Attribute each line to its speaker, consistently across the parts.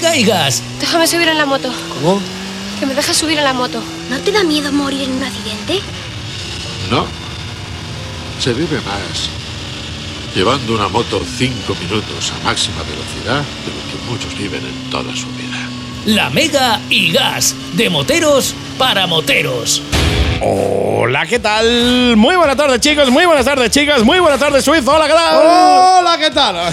Speaker 1: caigas.
Speaker 2: Déjame subir en la moto.
Speaker 1: ¿Cómo?
Speaker 2: Que me dejes subir en la moto.
Speaker 3: ¿No te da miedo morir en un accidente?
Speaker 4: No. Se vive más llevando una moto cinco minutos a máxima velocidad de lo que muchos viven en toda su vida.
Speaker 1: La Mega y Gas, de moteros para moteros.
Speaker 5: Hola, ¿qué tal? Muy buenas tardes, chicos. Muy buenas tardes, chicas. Muy buenas tardes, Suizo. Hola, ¿qué tal?
Speaker 6: Hola, ¿qué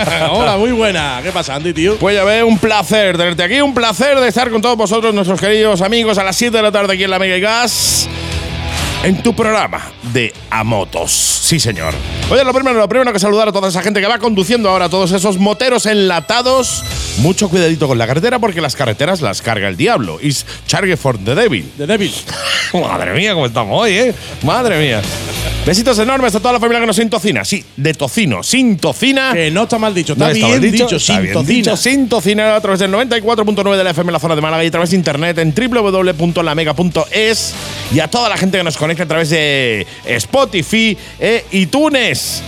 Speaker 6: tal? Hola, muy buena. ¿Qué pasa, Andy, tío?
Speaker 5: Pues ya ve, un placer tenerte aquí. Un placer de estar con todos vosotros, nuestros queridos amigos, a las 7 de la tarde aquí en La Mega y Gas. En tu programa de Amotos. Sí, señor. Oye, lo primero, lo primero que saludar a toda esa gente que va conduciendo ahora, todos esos moteros enlatados. Mucho cuidadito con la carretera porque las carreteras las carga el diablo. Is charge for the devil.
Speaker 6: De débil.
Speaker 5: Madre mía, cómo estamos hoy, ¿eh? Madre mía. Besitos enormes a toda la familia que nos sin tocina. Sí, de tocino, sin tocina.
Speaker 6: Que no está mal dicho. Está,
Speaker 5: No está
Speaker 6: bien
Speaker 5: mal
Speaker 6: dicho,
Speaker 5: está
Speaker 6: sin
Speaker 5: bien
Speaker 6: tocina.
Speaker 5: dicho, sin tocina a través del 94.9 de la FM en la zona de Málaga y a través de internet en www.lamega.es y a toda la gente que nos conecta a través de Spotify e iTunes.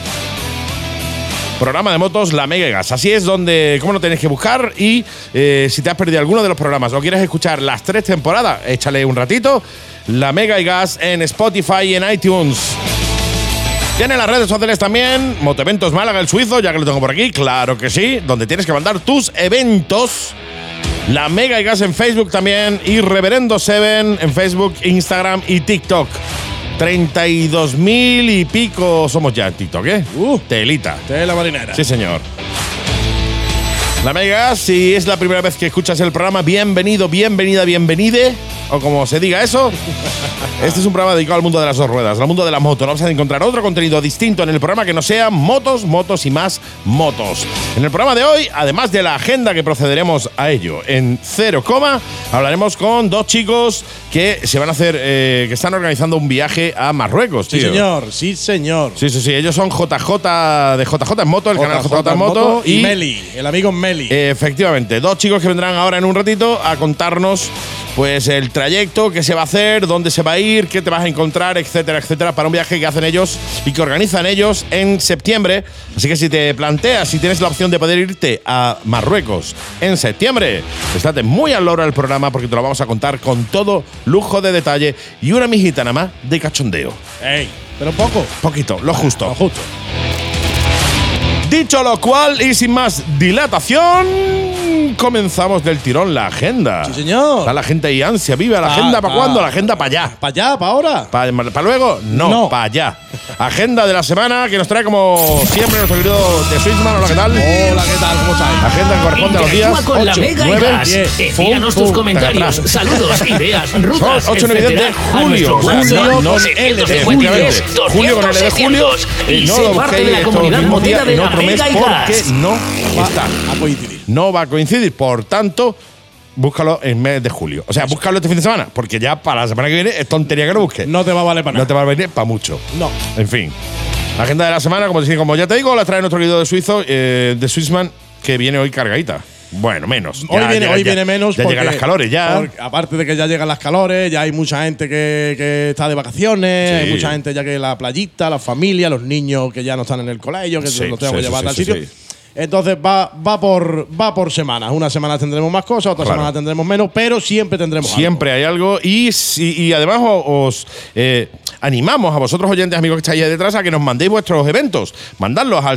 Speaker 5: Programa de motos La Mega y Gas. Así es donde, cómo lo tenéis que buscar y eh, si te has perdido alguno de los programas o quieres escuchar las tres temporadas, échale un ratito. La Mega y Gas en Spotify y en iTunes. Tiene las redes sociales también, Moteventos Málaga, el suizo, ya que lo tengo por aquí, claro que sí, donde tienes que mandar tus eventos. La Mega y Gas en Facebook también, y Reverendo Seven en Facebook, Instagram y TikTok. 32 mil y pico somos ya en TikTok, ¿eh?
Speaker 6: Uh.
Speaker 5: Telita.
Speaker 6: De la marinera.
Speaker 5: Sí, señor. La Mega, si es la primera vez que escuchas el programa, bienvenido, bienvenida, bienvenide, o como se diga eso. Este es un programa dedicado al mundo de las dos ruedas, al mundo de la moto. No vas a encontrar otro contenido distinto en el programa que no sea motos, motos y más motos. En el programa de hoy, además de la agenda que procederemos a ello, en cero coma, hablaremos con dos chicos que se van a hacer, eh, que están organizando un viaje a Marruecos,
Speaker 6: Sí,
Speaker 5: tío.
Speaker 6: señor. Sí, señor.
Speaker 5: Sí, sí, sí. Ellos son JJ de JJ en moto, el canal JJ en moto Eh.
Speaker 6: y, Meli, el amigo Meli.
Speaker 5: Efectivamente, dos chicos que vendrán ahora en un ratito a contarnos pues el trayecto, qué se va a hacer, dónde se va a ir, qué te vas a encontrar, etcétera, etcétera, para un viaje que hacen ellos y que organizan ellos en septiembre. Así que si te planteas, si tienes la opción de poder irte a Marruecos en septiembre, estate muy al loro del programa porque te lo vamos a contar con todo lujo de detalle y una mijita nada más de cachondeo.
Speaker 6: Ey, pero un poco.
Speaker 5: Poquito, lo justo.
Speaker 6: No, justo.
Speaker 5: Dicho lo cual, y sin más dilatación, comenzamos del tirón la agenda.
Speaker 6: Sí, señor.
Speaker 5: Está la gente y ansia, viva la
Speaker 6: Pa-
Speaker 5: agenda para
Speaker 6: pa-
Speaker 5: cuándo, la agenda para allá.
Speaker 6: ¿Para allá, para ahora?
Speaker 5: ¿Para luego? No,
Speaker 6: No.
Speaker 5: para allá. Agenda de la semana que nos trae como siempre nuestro querido de Swissman. Hola, ¿qué tal?
Speaker 6: Hola, ¿qué tal? ¿Cómo estáis?
Speaker 5: Agenda que corresponde a los días.
Speaker 1: Interactúa con la
Speaker 5: ocho,
Speaker 1: Mega y
Speaker 5: nueve,
Speaker 1: Gas.
Speaker 6: diez,
Speaker 1: Envíanos
Speaker 5: fum,
Speaker 1: tus
Speaker 5: fum,
Speaker 1: comentarios,
Speaker 5: tacatrás.
Speaker 1: saludos, ideas, rutas,
Speaker 5: Son 8 y 9
Speaker 1: etcétera,
Speaker 5: de
Speaker 1: a
Speaker 5: julio.
Speaker 1: nuestro
Speaker 5: O sea,
Speaker 1: WhatsApp
Speaker 5: no, no es el de
Speaker 1: 953
Speaker 5: julio. Julio con el de
Speaker 1: 200
Speaker 5: julio.
Speaker 1: 700,
Speaker 5: eh,
Speaker 1: Y
Speaker 5: no
Speaker 1: sé
Speaker 5: lo
Speaker 1: parte de
Speaker 5: busquéis
Speaker 1: la
Speaker 5: estos
Speaker 1: comunidad
Speaker 5: mismos días
Speaker 1: motera de
Speaker 5: en
Speaker 1: la
Speaker 5: otro mes
Speaker 1: Mega y
Speaker 5: porque
Speaker 1: Gas.
Speaker 5: no
Speaker 6: Va-
Speaker 5: está.
Speaker 6: A coincidir.
Speaker 5: no va a coincidir. Por tanto, búscalo en mes de julio. O sea, búscalo este fin de semana, porque ya para la semana que viene es tontería que lo busques.
Speaker 6: No te va a valer para
Speaker 5: No
Speaker 6: nada.
Speaker 5: te va a venir para mucho.
Speaker 6: No.
Speaker 5: En fin. La agenda de la semana, como, te- como ya te digo, la trae nuestro querido de suizo, eh, de Swissman, que viene hoy cargadita. Bueno, menos.
Speaker 6: Hoy,
Speaker 5: Ya
Speaker 6: viene,
Speaker 5: llega-
Speaker 6: hoy
Speaker 5: ya-
Speaker 6: viene menos.
Speaker 5: Ya llegan
Speaker 6: porque-
Speaker 5: las calores, ya.
Speaker 6: porque aparte de que ya llegan las calores, ya hay mucha gente que, que está de vacaciones,
Speaker 5: Sí.
Speaker 6: hay mucha gente ya que la playita, la familia, los niños que ya no están en el colegio, que
Speaker 5: Sí,
Speaker 6: los tengo
Speaker 5: sí,
Speaker 6: que
Speaker 5: sí,
Speaker 6: llevar
Speaker 5: sí,
Speaker 6: a tal
Speaker 5: sí,
Speaker 6: sitio.
Speaker 5: sí.
Speaker 6: Entonces va, va por va por semanas. Una semana tendremos más cosas, otra
Speaker 5: Claro.
Speaker 6: semana tendremos menos, pero siempre tendremos algo.
Speaker 5: Siempre hay algo. Y, si- y además o- os eh, animamos a vosotros, oyentes, amigos que estáis ahí detrás, a que nos mandéis vuestros eventos. Mandadlos al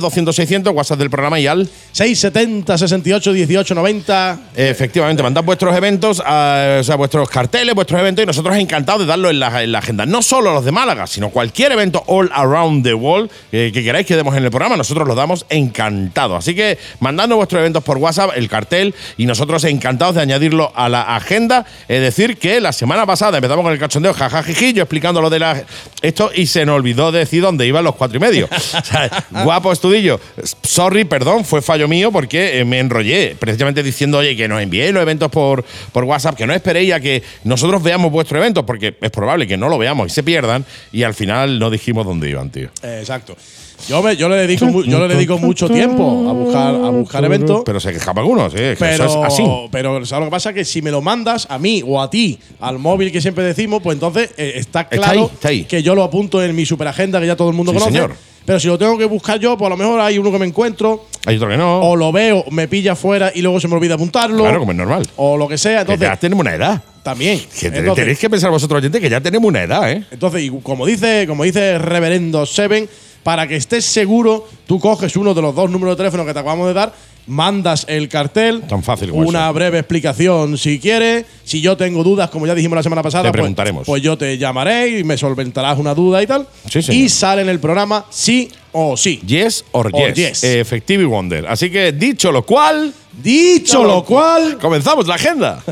Speaker 5: 653-200-600, WhatsApp del programa y al
Speaker 6: 670, 68, 18, 90.
Speaker 5: Efectivamente, mandad vuestros eventos, a- o sea, vuestros carteles, vuestros eventos, y nosotros encantados de darlo en la, en la agenda. No solo los de Málaga, sino cualquier evento all around the world eh, que queráis que demos en el programa, nosotros los damos encantados. Así que mandadnos vuestros eventos por WhatsApp, el cartel, y nosotros encantados de añadirlo a la agenda. Es decir, que la semana pasada empezamos con el cachondeo, jajajiji, yo explicando lo de la, esto, y se nos olvidó decir dónde iban los cuatro y medio. O sea, guapo estudillo. Sorry, perdón, fue fallo mío porque eh, me enrollé, precisamente diciendo, oye, que nos enviéis los eventos por, por WhatsApp, que no esperéis a que nosotros veamos vuestro evento, porque es probable que no lo veamos y se pierdan, y al final no dijimos dónde iban, tío.
Speaker 6: Eh, Exacto. Yo, me- yo le dedico mu- yo le dedico mucho tiempo a buscar a buscar eventos.
Speaker 5: Pero se quejaban algunos, eh, que
Speaker 6: Pero,
Speaker 5: eso es así.
Speaker 6: pero ¿sabes lo que pasa? Que si me lo mandas a mí o a ti, al móvil que siempre decimos, pues entonces eh, está
Speaker 5: Está
Speaker 6: claro
Speaker 5: ahí, está ahí.
Speaker 6: que yo lo apunto en mi superagenda que ya todo el mundo
Speaker 5: Sí,
Speaker 6: conoce.
Speaker 5: señor.
Speaker 6: Pero si lo tengo que buscar yo, pues a lo mejor hay uno que me encuentro,
Speaker 5: Hay otro que no.
Speaker 6: o lo veo, me pilla fuera y luego se me olvida apuntarlo.
Speaker 5: Claro, como es normal.
Speaker 6: O lo que sea.
Speaker 5: Que
Speaker 6: Entonces,
Speaker 5: ya tenemos una edad.
Speaker 6: también.
Speaker 5: Que te-
Speaker 6: Entonces,
Speaker 5: tenéis que pensar vosotros, oyentes, que ya tenemos una edad, ¿eh?
Speaker 6: Entonces, y como dice, como dice Reverendo Seven, para que estés seguro, tú coges uno de los dos números de teléfono que te acabamos de dar, mandas el cartel,
Speaker 5: Tan fácil como
Speaker 6: una
Speaker 5: eso.
Speaker 6: breve explicación si quieres. Si yo tengo dudas, como ya dijimos la semana pasada,
Speaker 5: Te
Speaker 6: pues-
Speaker 5: preguntaremos.
Speaker 6: Pues, yo te llamaré y me solventarás una duda y tal.
Speaker 5: Sí, señor.
Speaker 6: y sale en el programa sí o sí.
Speaker 5: Yes or
Speaker 6: Or
Speaker 5: yes.
Speaker 6: yes.
Speaker 5: Effective y Wonder. Así que dicho lo cual,
Speaker 6: Dicho lo cual,
Speaker 5: comenzamos la agenda.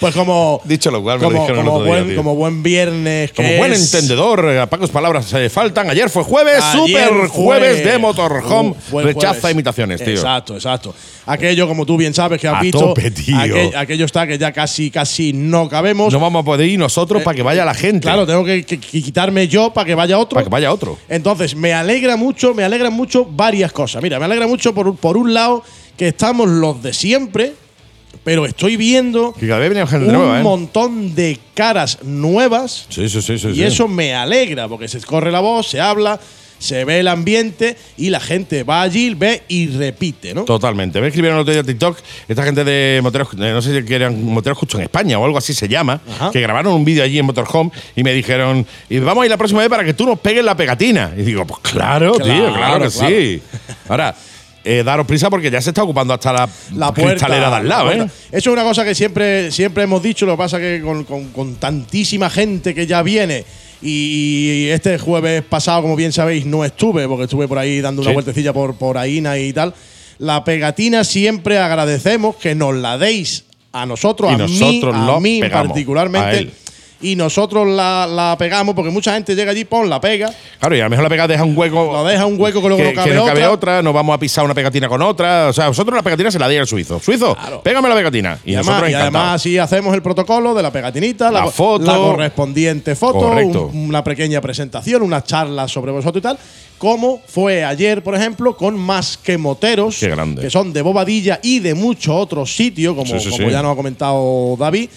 Speaker 6: pues como.
Speaker 5: Dicho lo cual, me lo
Speaker 6: como,
Speaker 5: dijeron el
Speaker 6: como
Speaker 5: otro día,
Speaker 6: buen,
Speaker 5: tío.
Speaker 6: como buen viernes. que
Speaker 5: Como buen
Speaker 6: es-
Speaker 5: entendedor, eh, a pocas palabras se faltan. Ayer fue jueves,
Speaker 6: Ayer
Speaker 5: super
Speaker 6: fue-
Speaker 5: jueves de Motorhome.
Speaker 6: Uh, fue el
Speaker 5: Rechaza
Speaker 6: jueves.
Speaker 5: imitaciones, tío.
Speaker 6: Exacto, exacto. Aquello, como tú bien sabes que has
Speaker 5: A
Speaker 6: visto.
Speaker 5: tope, tío.
Speaker 6: aquel- aquello está que ya casi, casi no cabemos.
Speaker 5: No vamos a poder ir nosotros para que vaya la gente.
Speaker 6: Eh, Claro, tengo que, que- que quitarme yo para que vaya otro.
Speaker 5: Para que vaya otro.
Speaker 6: Entonces, me alegra mucho, me alegran mucho varias cosas. Mira, me alegra mucho por, por un lado que estamos los de siempre, pero estoy viendo
Speaker 5: Que cada vez venía gente
Speaker 6: un
Speaker 5: nueva, ¿eh?
Speaker 6: montón de caras nuevas.
Speaker 5: Sí, sí, sí, sí.
Speaker 6: Y
Speaker 5: sí.
Speaker 6: eso me alegra, porque se corre la voz, se habla, se ve el ambiente y la gente va allí, ve y repite, ¿no?
Speaker 5: Totalmente. Me escribieron el otro día en TikTok esta gente de Moteros, eh, no sé si que eran Moteros Justo en España o algo así se llama,
Speaker 6: Ajá.
Speaker 5: que grabaron un vídeo allí en Motorhome y me dijeron, y vamos a ir la próxima vez para que tú nos pegues la pegatina. Y digo, pues claro, tío,
Speaker 6: Claro,
Speaker 5: claro que
Speaker 6: claro.
Speaker 5: sí. Ahora, eh, daros prisa porque ya se está ocupando hasta la,
Speaker 6: La puerta.
Speaker 5: cristalera de al
Speaker 6: la
Speaker 5: lado, ¿eh?
Speaker 6: puerta. Eso es una cosa que siempre, siempre hemos dicho, lo que pasa que con, con- con tantísima gente que ya viene. Y este jueves pasado, como bien sabéis, no estuve, porque estuve por ahí dando una
Speaker 5: Sí.
Speaker 6: vueltecilla por, por Aina y tal. La pegatina siempre agradecemos que nos la deis a nosotros,
Speaker 5: Y
Speaker 6: a
Speaker 5: nosotros
Speaker 6: mí, a
Speaker 5: lo
Speaker 6: mí
Speaker 5: pegamos,
Speaker 6: particularmente.
Speaker 5: a él.
Speaker 6: Y nosotros la, la pegamos, porque mucha gente llega allí, pon la pega.
Speaker 5: Claro, y a lo mejor la pegada deja un hueco.
Speaker 6: La deja un hueco que luego no cabe otra.
Speaker 5: no vamos a pisar una pegatina con otra. O sea, vosotros la pegatina se la deis al suizo. Suizo,
Speaker 6: Claro.
Speaker 5: pégame la pegatina. Y,
Speaker 6: Y, además,
Speaker 5: nosotros
Speaker 6: y
Speaker 5: encantados.
Speaker 6: además así hacemos el protocolo de la pegatinita,
Speaker 5: La
Speaker 6: co-
Speaker 5: foto.
Speaker 6: la correspondiente foto,
Speaker 5: Correcto.
Speaker 6: un- una pequeña presentación, una charla sobre vosotros y tal. Como fue ayer, por ejemplo, con Más que Moteros,
Speaker 5: Qué grande.
Speaker 6: que son de Bobadilla y de muchos otros sitios, como,
Speaker 5: Sí, sí,
Speaker 6: como
Speaker 5: sí.
Speaker 6: ya nos ha comentado David,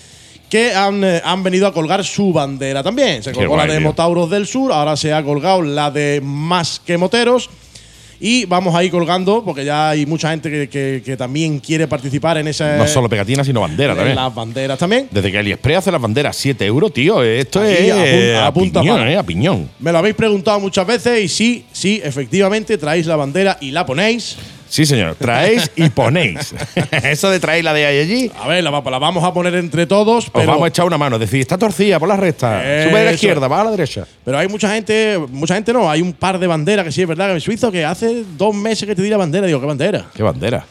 Speaker 6: que han, eh, han venido a colgar su bandera también. Se
Speaker 5: Qué
Speaker 6: colgó
Speaker 5: guay,
Speaker 6: la de
Speaker 5: tío.
Speaker 6: Motauros del Sur, ahora se ha colgado la de Más que Moteros. Y vamos a ir colgando, porque ya hay mucha gente que, que- que también quiere participar en esa,
Speaker 5: no solo pegatinas, sino bandera
Speaker 6: en
Speaker 5: también.
Speaker 6: las banderas también.
Speaker 5: Desde que AliExpress hace las banderas, 7 euros, tío. eh, Esto
Speaker 6: Ahí,
Speaker 5: es
Speaker 6: apunta-
Speaker 5: a
Speaker 6: apunta
Speaker 5: piñón,
Speaker 6: mano.
Speaker 5: eh, a piñón.
Speaker 6: Me lo habéis preguntado muchas veces y sí, sí, efectivamente traéis la bandera y la ponéis.
Speaker 5: Sí, señor. Traéis y ponéis. Eso de traer la de ahí allí,
Speaker 6: A ver, la, va- la vamos a poner entre todos,
Speaker 5: os
Speaker 6: pero,
Speaker 5: vamos a echar una mano. Es decir, está torcida por la recta.
Speaker 6: Eso.
Speaker 5: Sube a la izquierda, va a la derecha.
Speaker 6: pero hay mucha gente, mucha gente no, hay un par de banderas que sí es verdad que en suizo que hace dos meses que te di la bandera, digo, ¿qué bandera?
Speaker 5: Qué bandera.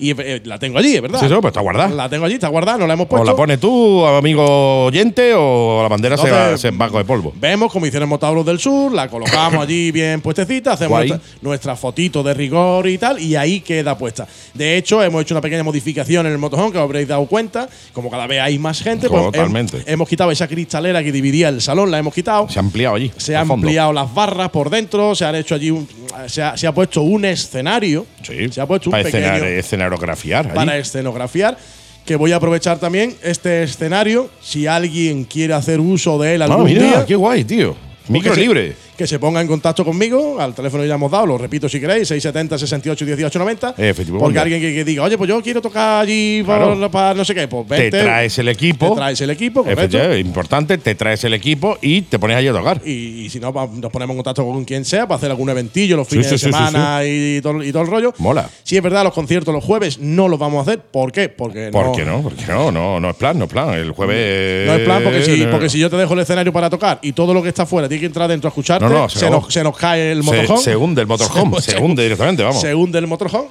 Speaker 6: Y eh, la tengo allí, es verdad.
Speaker 5: Sí, sí, pues está guardada.
Speaker 6: La tengo allí, está guardada, no la hemos
Speaker 5: o
Speaker 6: puesto.
Speaker 5: la pones tú, amigo oyente, o la bandera se, va,
Speaker 6: Entonces,
Speaker 5: se embargo de polvo.
Speaker 6: Vemos como hicieron Motauros del Sur, la colocamos allí bien puestecita, hacemos
Speaker 5: Guay.
Speaker 6: nuestra, nuestra fotito de rigor y tal, y ahí queda puesta. De hecho, hemos hecho una pequeña modificación en el motojón, que os habréis dado cuenta, como cada vez hay más gente, pues, hem-
Speaker 5: Totalmente.
Speaker 6: hemos quitado esa cristalera que dividía el salón, la hemos quitado.
Speaker 5: Se ha ampliado allí.
Speaker 6: Se han
Speaker 5: al fondo.
Speaker 6: ampliado las barras por dentro, se han hecho allí un- se, ha, se ha puesto un escenario.
Speaker 5: Sí.
Speaker 6: Se ha puesto un
Speaker 5: para
Speaker 6: pequeño
Speaker 5: escenar- eh, escenarigrafiar. allí.
Speaker 6: para escenografiar. Que voy a aprovechar también este escenario. Si alguien quiere hacer uso de él
Speaker 5: Ah,
Speaker 6: algún
Speaker 5: mira,
Speaker 6: día,
Speaker 5: qué guay, tío. Micro
Speaker 6: que se-
Speaker 5: libre.
Speaker 6: que se ponga en contacto conmigo, al teléfono que ya hemos dado, lo repito si queréis, 670 68 18 90.
Speaker 5: Efectivo,
Speaker 6: porque
Speaker 5: Wonder.
Speaker 6: alguien que, que diga, oye, pues yo quiero tocar allí por-
Speaker 5: Claro.
Speaker 6: para no sé qué, pues vente.
Speaker 5: te traes el equipo.
Speaker 6: Te traes el equipo, correcto.
Speaker 5: Efectivamente, importante, te traes el equipo y te pones allí a tocar.
Speaker 6: Y, y si no, pa- nos ponemos en contacto con quien sea para hacer algún eventillo los
Speaker 5: Sí,
Speaker 6: fines
Speaker 5: sí,
Speaker 6: de
Speaker 5: sí, sí,
Speaker 6: semana Y, todo, y todo el rollo.
Speaker 5: Mola.
Speaker 6: Si es verdad, los conciertos los jueves no los vamos a hacer. ¿Por qué? Porque
Speaker 5: ¿Por qué no? Porque no, no, no es plan, no es plan. El jueves.
Speaker 6: No es plan, porque si,
Speaker 5: no,
Speaker 6: porque
Speaker 5: no.
Speaker 6: si yo te dejo el escenario para tocar y todo lo que está afuera tiene que entrar dentro a escucharte,
Speaker 5: No, no, se
Speaker 6: se,
Speaker 5: acabó.
Speaker 6: nos, se nos cae el
Speaker 5: Se,
Speaker 6: motorhome.
Speaker 5: se hunde el motorhome, se, hunde directamente, vamos.
Speaker 6: Se hunde el motorhome.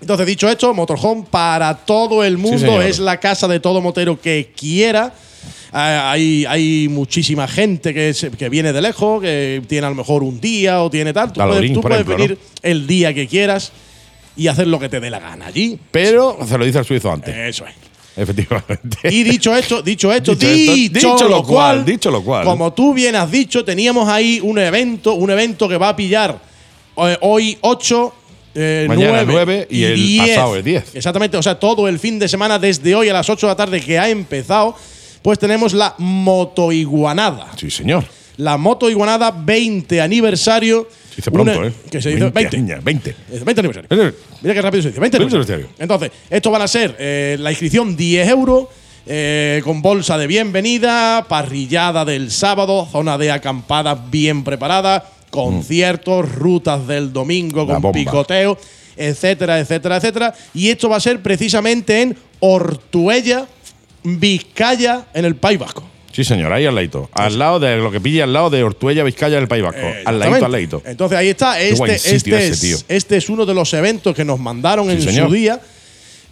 Speaker 6: Entonces, dicho esto, motorhome para todo el mundo
Speaker 5: señor.
Speaker 6: es la casa de todo motero que quiera. Ah, hay, hay muchísima gente que, se- que viene de lejos, que tiene a lo mejor un día o tiene tal. Tú
Speaker 5: Dalorín,
Speaker 6: puedes, tú
Speaker 5: por
Speaker 6: puedes
Speaker 5: ejemplo,
Speaker 6: venir el día que quieras y hacer lo que te dé la gana allí.
Speaker 5: Pero se lo dice al suizo antes,
Speaker 6: Eso es.
Speaker 5: efectivamente.
Speaker 6: Eh. Y dicho esto, dicho esto,
Speaker 5: Dicho
Speaker 6: dicho,
Speaker 5: esto, dicho lo cual, dicho lo cual.
Speaker 6: Como tú bien has dicho, teníamos ahí un evento, un evento que va a pillar eh, hoy 8, eh,
Speaker 5: Mañana
Speaker 6: 9,
Speaker 5: nueve y el pasado el 10.
Speaker 6: Exactamente, o sea, todo el fin de semana desde hoy a las 8 de la tarde que ha empezado, pues tenemos la motoiguanada.
Speaker 5: Sí, señor.
Speaker 6: La Moto Iguanada 20 aniversario.
Speaker 5: Se dice pronto,
Speaker 6: Una-
Speaker 5: ¿eh?
Speaker 6: Que se dice 20.
Speaker 5: niña, 20.
Speaker 6: Es 20 aniversario.
Speaker 5: Veinte.
Speaker 6: Mira qué rápido se dice. 20
Speaker 5: Veinte
Speaker 6: aniversario.
Speaker 5: aniversario.
Speaker 6: Entonces, esto van a ser eh, la inscripción 10 euros, eh, con bolsa de bienvenida, parrillada del sábado, zona de acampadas bien preparada, conciertos, rutas del domingo
Speaker 5: La
Speaker 6: con
Speaker 5: bomba.
Speaker 6: picoteo, etcétera, etcétera, etcétera. Y esto va a ser precisamente en Ortuella, Vizcaya, en el País Vasco.
Speaker 5: Sí, señor, ahí al ladito. Al lado de lo que pilla al lado de Ortuella, Vizcaya del País Vasco.
Speaker 6: Eh,
Speaker 5: al ladito, al ladito.
Speaker 6: Entonces ahí está.
Speaker 5: guay
Speaker 6: Este,
Speaker 5: sitio
Speaker 6: este
Speaker 5: ese,
Speaker 6: es,
Speaker 5: tío.
Speaker 6: este es uno de los eventos que nos mandaron en
Speaker 5: señor.
Speaker 6: su día.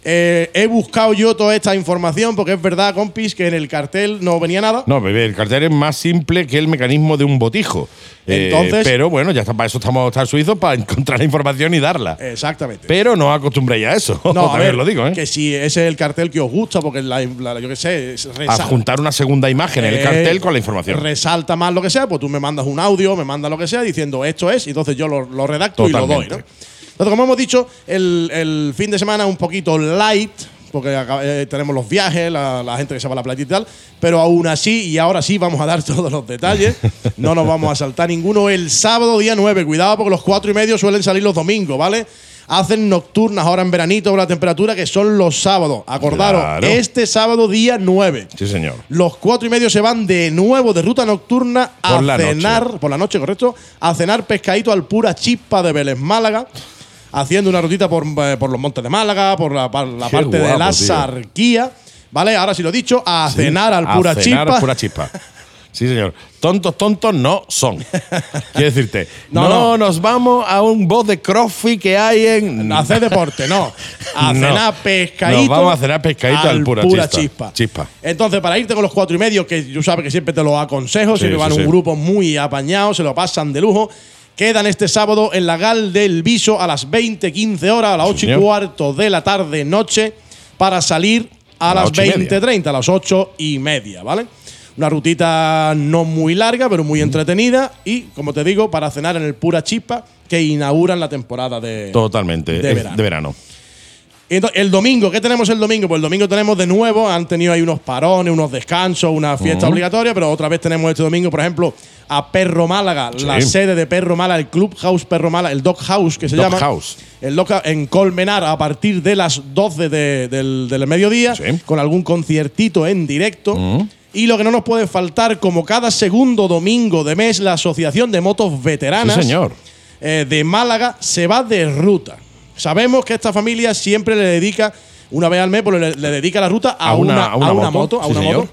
Speaker 6: Eh, he buscado yo toda esta información porque es verdad, compis, que en el cartel no venía nada.
Speaker 5: No, bebé, el cartel es más simple que el mecanismo de un botijo. Eh,
Speaker 6: Entonces-
Speaker 5: pero bueno, ya está, para eso estamos estar suizos, para encontrar la información y darla.
Speaker 6: Exactamente.
Speaker 5: pero no os acostumbréis a eso.
Speaker 6: Eh, no, a
Speaker 5: También
Speaker 6: ver,
Speaker 5: lo digo, ¿eh?
Speaker 6: que si ese es el cartel que os gusta, porque la, la- yo qué sé, es resa-
Speaker 5: Adjuntar una segunda imagen en el
Speaker 6: Eh,
Speaker 5: cartel con la información.
Speaker 6: Resalta más lo que sea, pues tú me mandas un audio, me mandas lo que sea diciendo esto es, y entonces yo lo, lo redacto y lo doy,
Speaker 5: Totalmente.
Speaker 6: ¿no? Entonces, como hemos dicho, el, el fin de semana un poquito light, porque acaba- eh, tenemos los viajes, la, la gente que se va a la playa y tal, pero aún así, y ahora sí vamos a dar todos los detalles, no nos vamos a saltar ninguno. El sábado día 9, cuidado porque los cuatro y medio suelen salir los domingos, ¿vale? Hacen nocturnas ahora en veranito por la temperatura, que son los sábados. Acordaros,
Speaker 5: Claro.
Speaker 6: este sábado día 9.
Speaker 5: Sí, señor.
Speaker 6: Los cuatro y medio se van de nuevo de ruta nocturna a
Speaker 5: Por la
Speaker 6: cenar,
Speaker 5: noche.
Speaker 6: por la noche, correcto, a cenar pescadito al pura chispa de Vélez Málaga, haciendo una rutita por, eh, por los montes de Málaga, por la, par- la
Speaker 5: Qué
Speaker 6: parte de
Speaker 5: guapo,
Speaker 6: la
Speaker 5: tío.
Speaker 6: sarquía, ¿vale? Ahora sí lo he dicho, a
Speaker 5: Sí,
Speaker 6: cenar al pura
Speaker 5: a cenar
Speaker 6: chispa.
Speaker 5: al pura chispa. Sí, señor. Tontos, tontos no son. Quiero decirte,
Speaker 6: No,
Speaker 5: no,
Speaker 6: no.
Speaker 5: nos vamos a un boss de crossfit que hay en.
Speaker 6: a hacer deporte, no. A
Speaker 5: Mm. No.
Speaker 6: cenar pescadito.
Speaker 5: Nos vamos a cenar pescadito al pura
Speaker 6: chispa.
Speaker 5: chispa. Chispa.
Speaker 6: Entonces, para irte con los cuatro y medio, que tú sabes que siempre te lo aconsejo,
Speaker 5: Sí,
Speaker 6: siempre van
Speaker 5: sí,
Speaker 6: un
Speaker 5: sí.
Speaker 6: grupo muy apañado, se lo pasan de lujo. Quedan este sábado en la GAL del Viso a las 20, 15 horas, a las 8 y
Speaker 5: señor.
Speaker 6: cuarto de la tarde, noche, para salir a,
Speaker 5: A las
Speaker 6: las
Speaker 5: 8 y media.
Speaker 6: 20.30, a las 8 y media, ¿vale? Una rutita no muy larga, pero muy entretenida. Y, como te digo, para cenar en el Pura Chispa, que inauguran la temporada de,
Speaker 5: Totalmente.
Speaker 6: De
Speaker 5: es
Speaker 6: verano.
Speaker 5: De verano.
Speaker 6: y ento- el domingo, ¿qué tenemos el domingo? Pues el domingo tenemos de nuevo, han tenido ahí unos parones, unos descansos, una fiesta obligatoria, pero otra vez tenemos este domingo, por ejemplo, a Perro Málaga,
Speaker 5: Sí.
Speaker 6: la sede de Perro Málaga, el Club House Perro Málaga, el Dog House que se
Speaker 5: Dog
Speaker 6: llama.
Speaker 5: House.
Speaker 6: El Dog House en Colmenar a partir de las 12 de- del, del mediodía,
Speaker 5: Sí.
Speaker 6: con algún conciertito en directo. Y lo que no nos puede faltar, como cada segundo domingo de mes, la Asociación de Motos Veteranas
Speaker 5: Sí, señor.
Speaker 6: eh, de Málaga se va de ruta. Sabemos que esta familia siempre le dedica, una vez al mes, pues, le, le dedica la ruta a, una, a una moto. a
Speaker 5: sí,
Speaker 6: una
Speaker 5: señor.
Speaker 6: moto.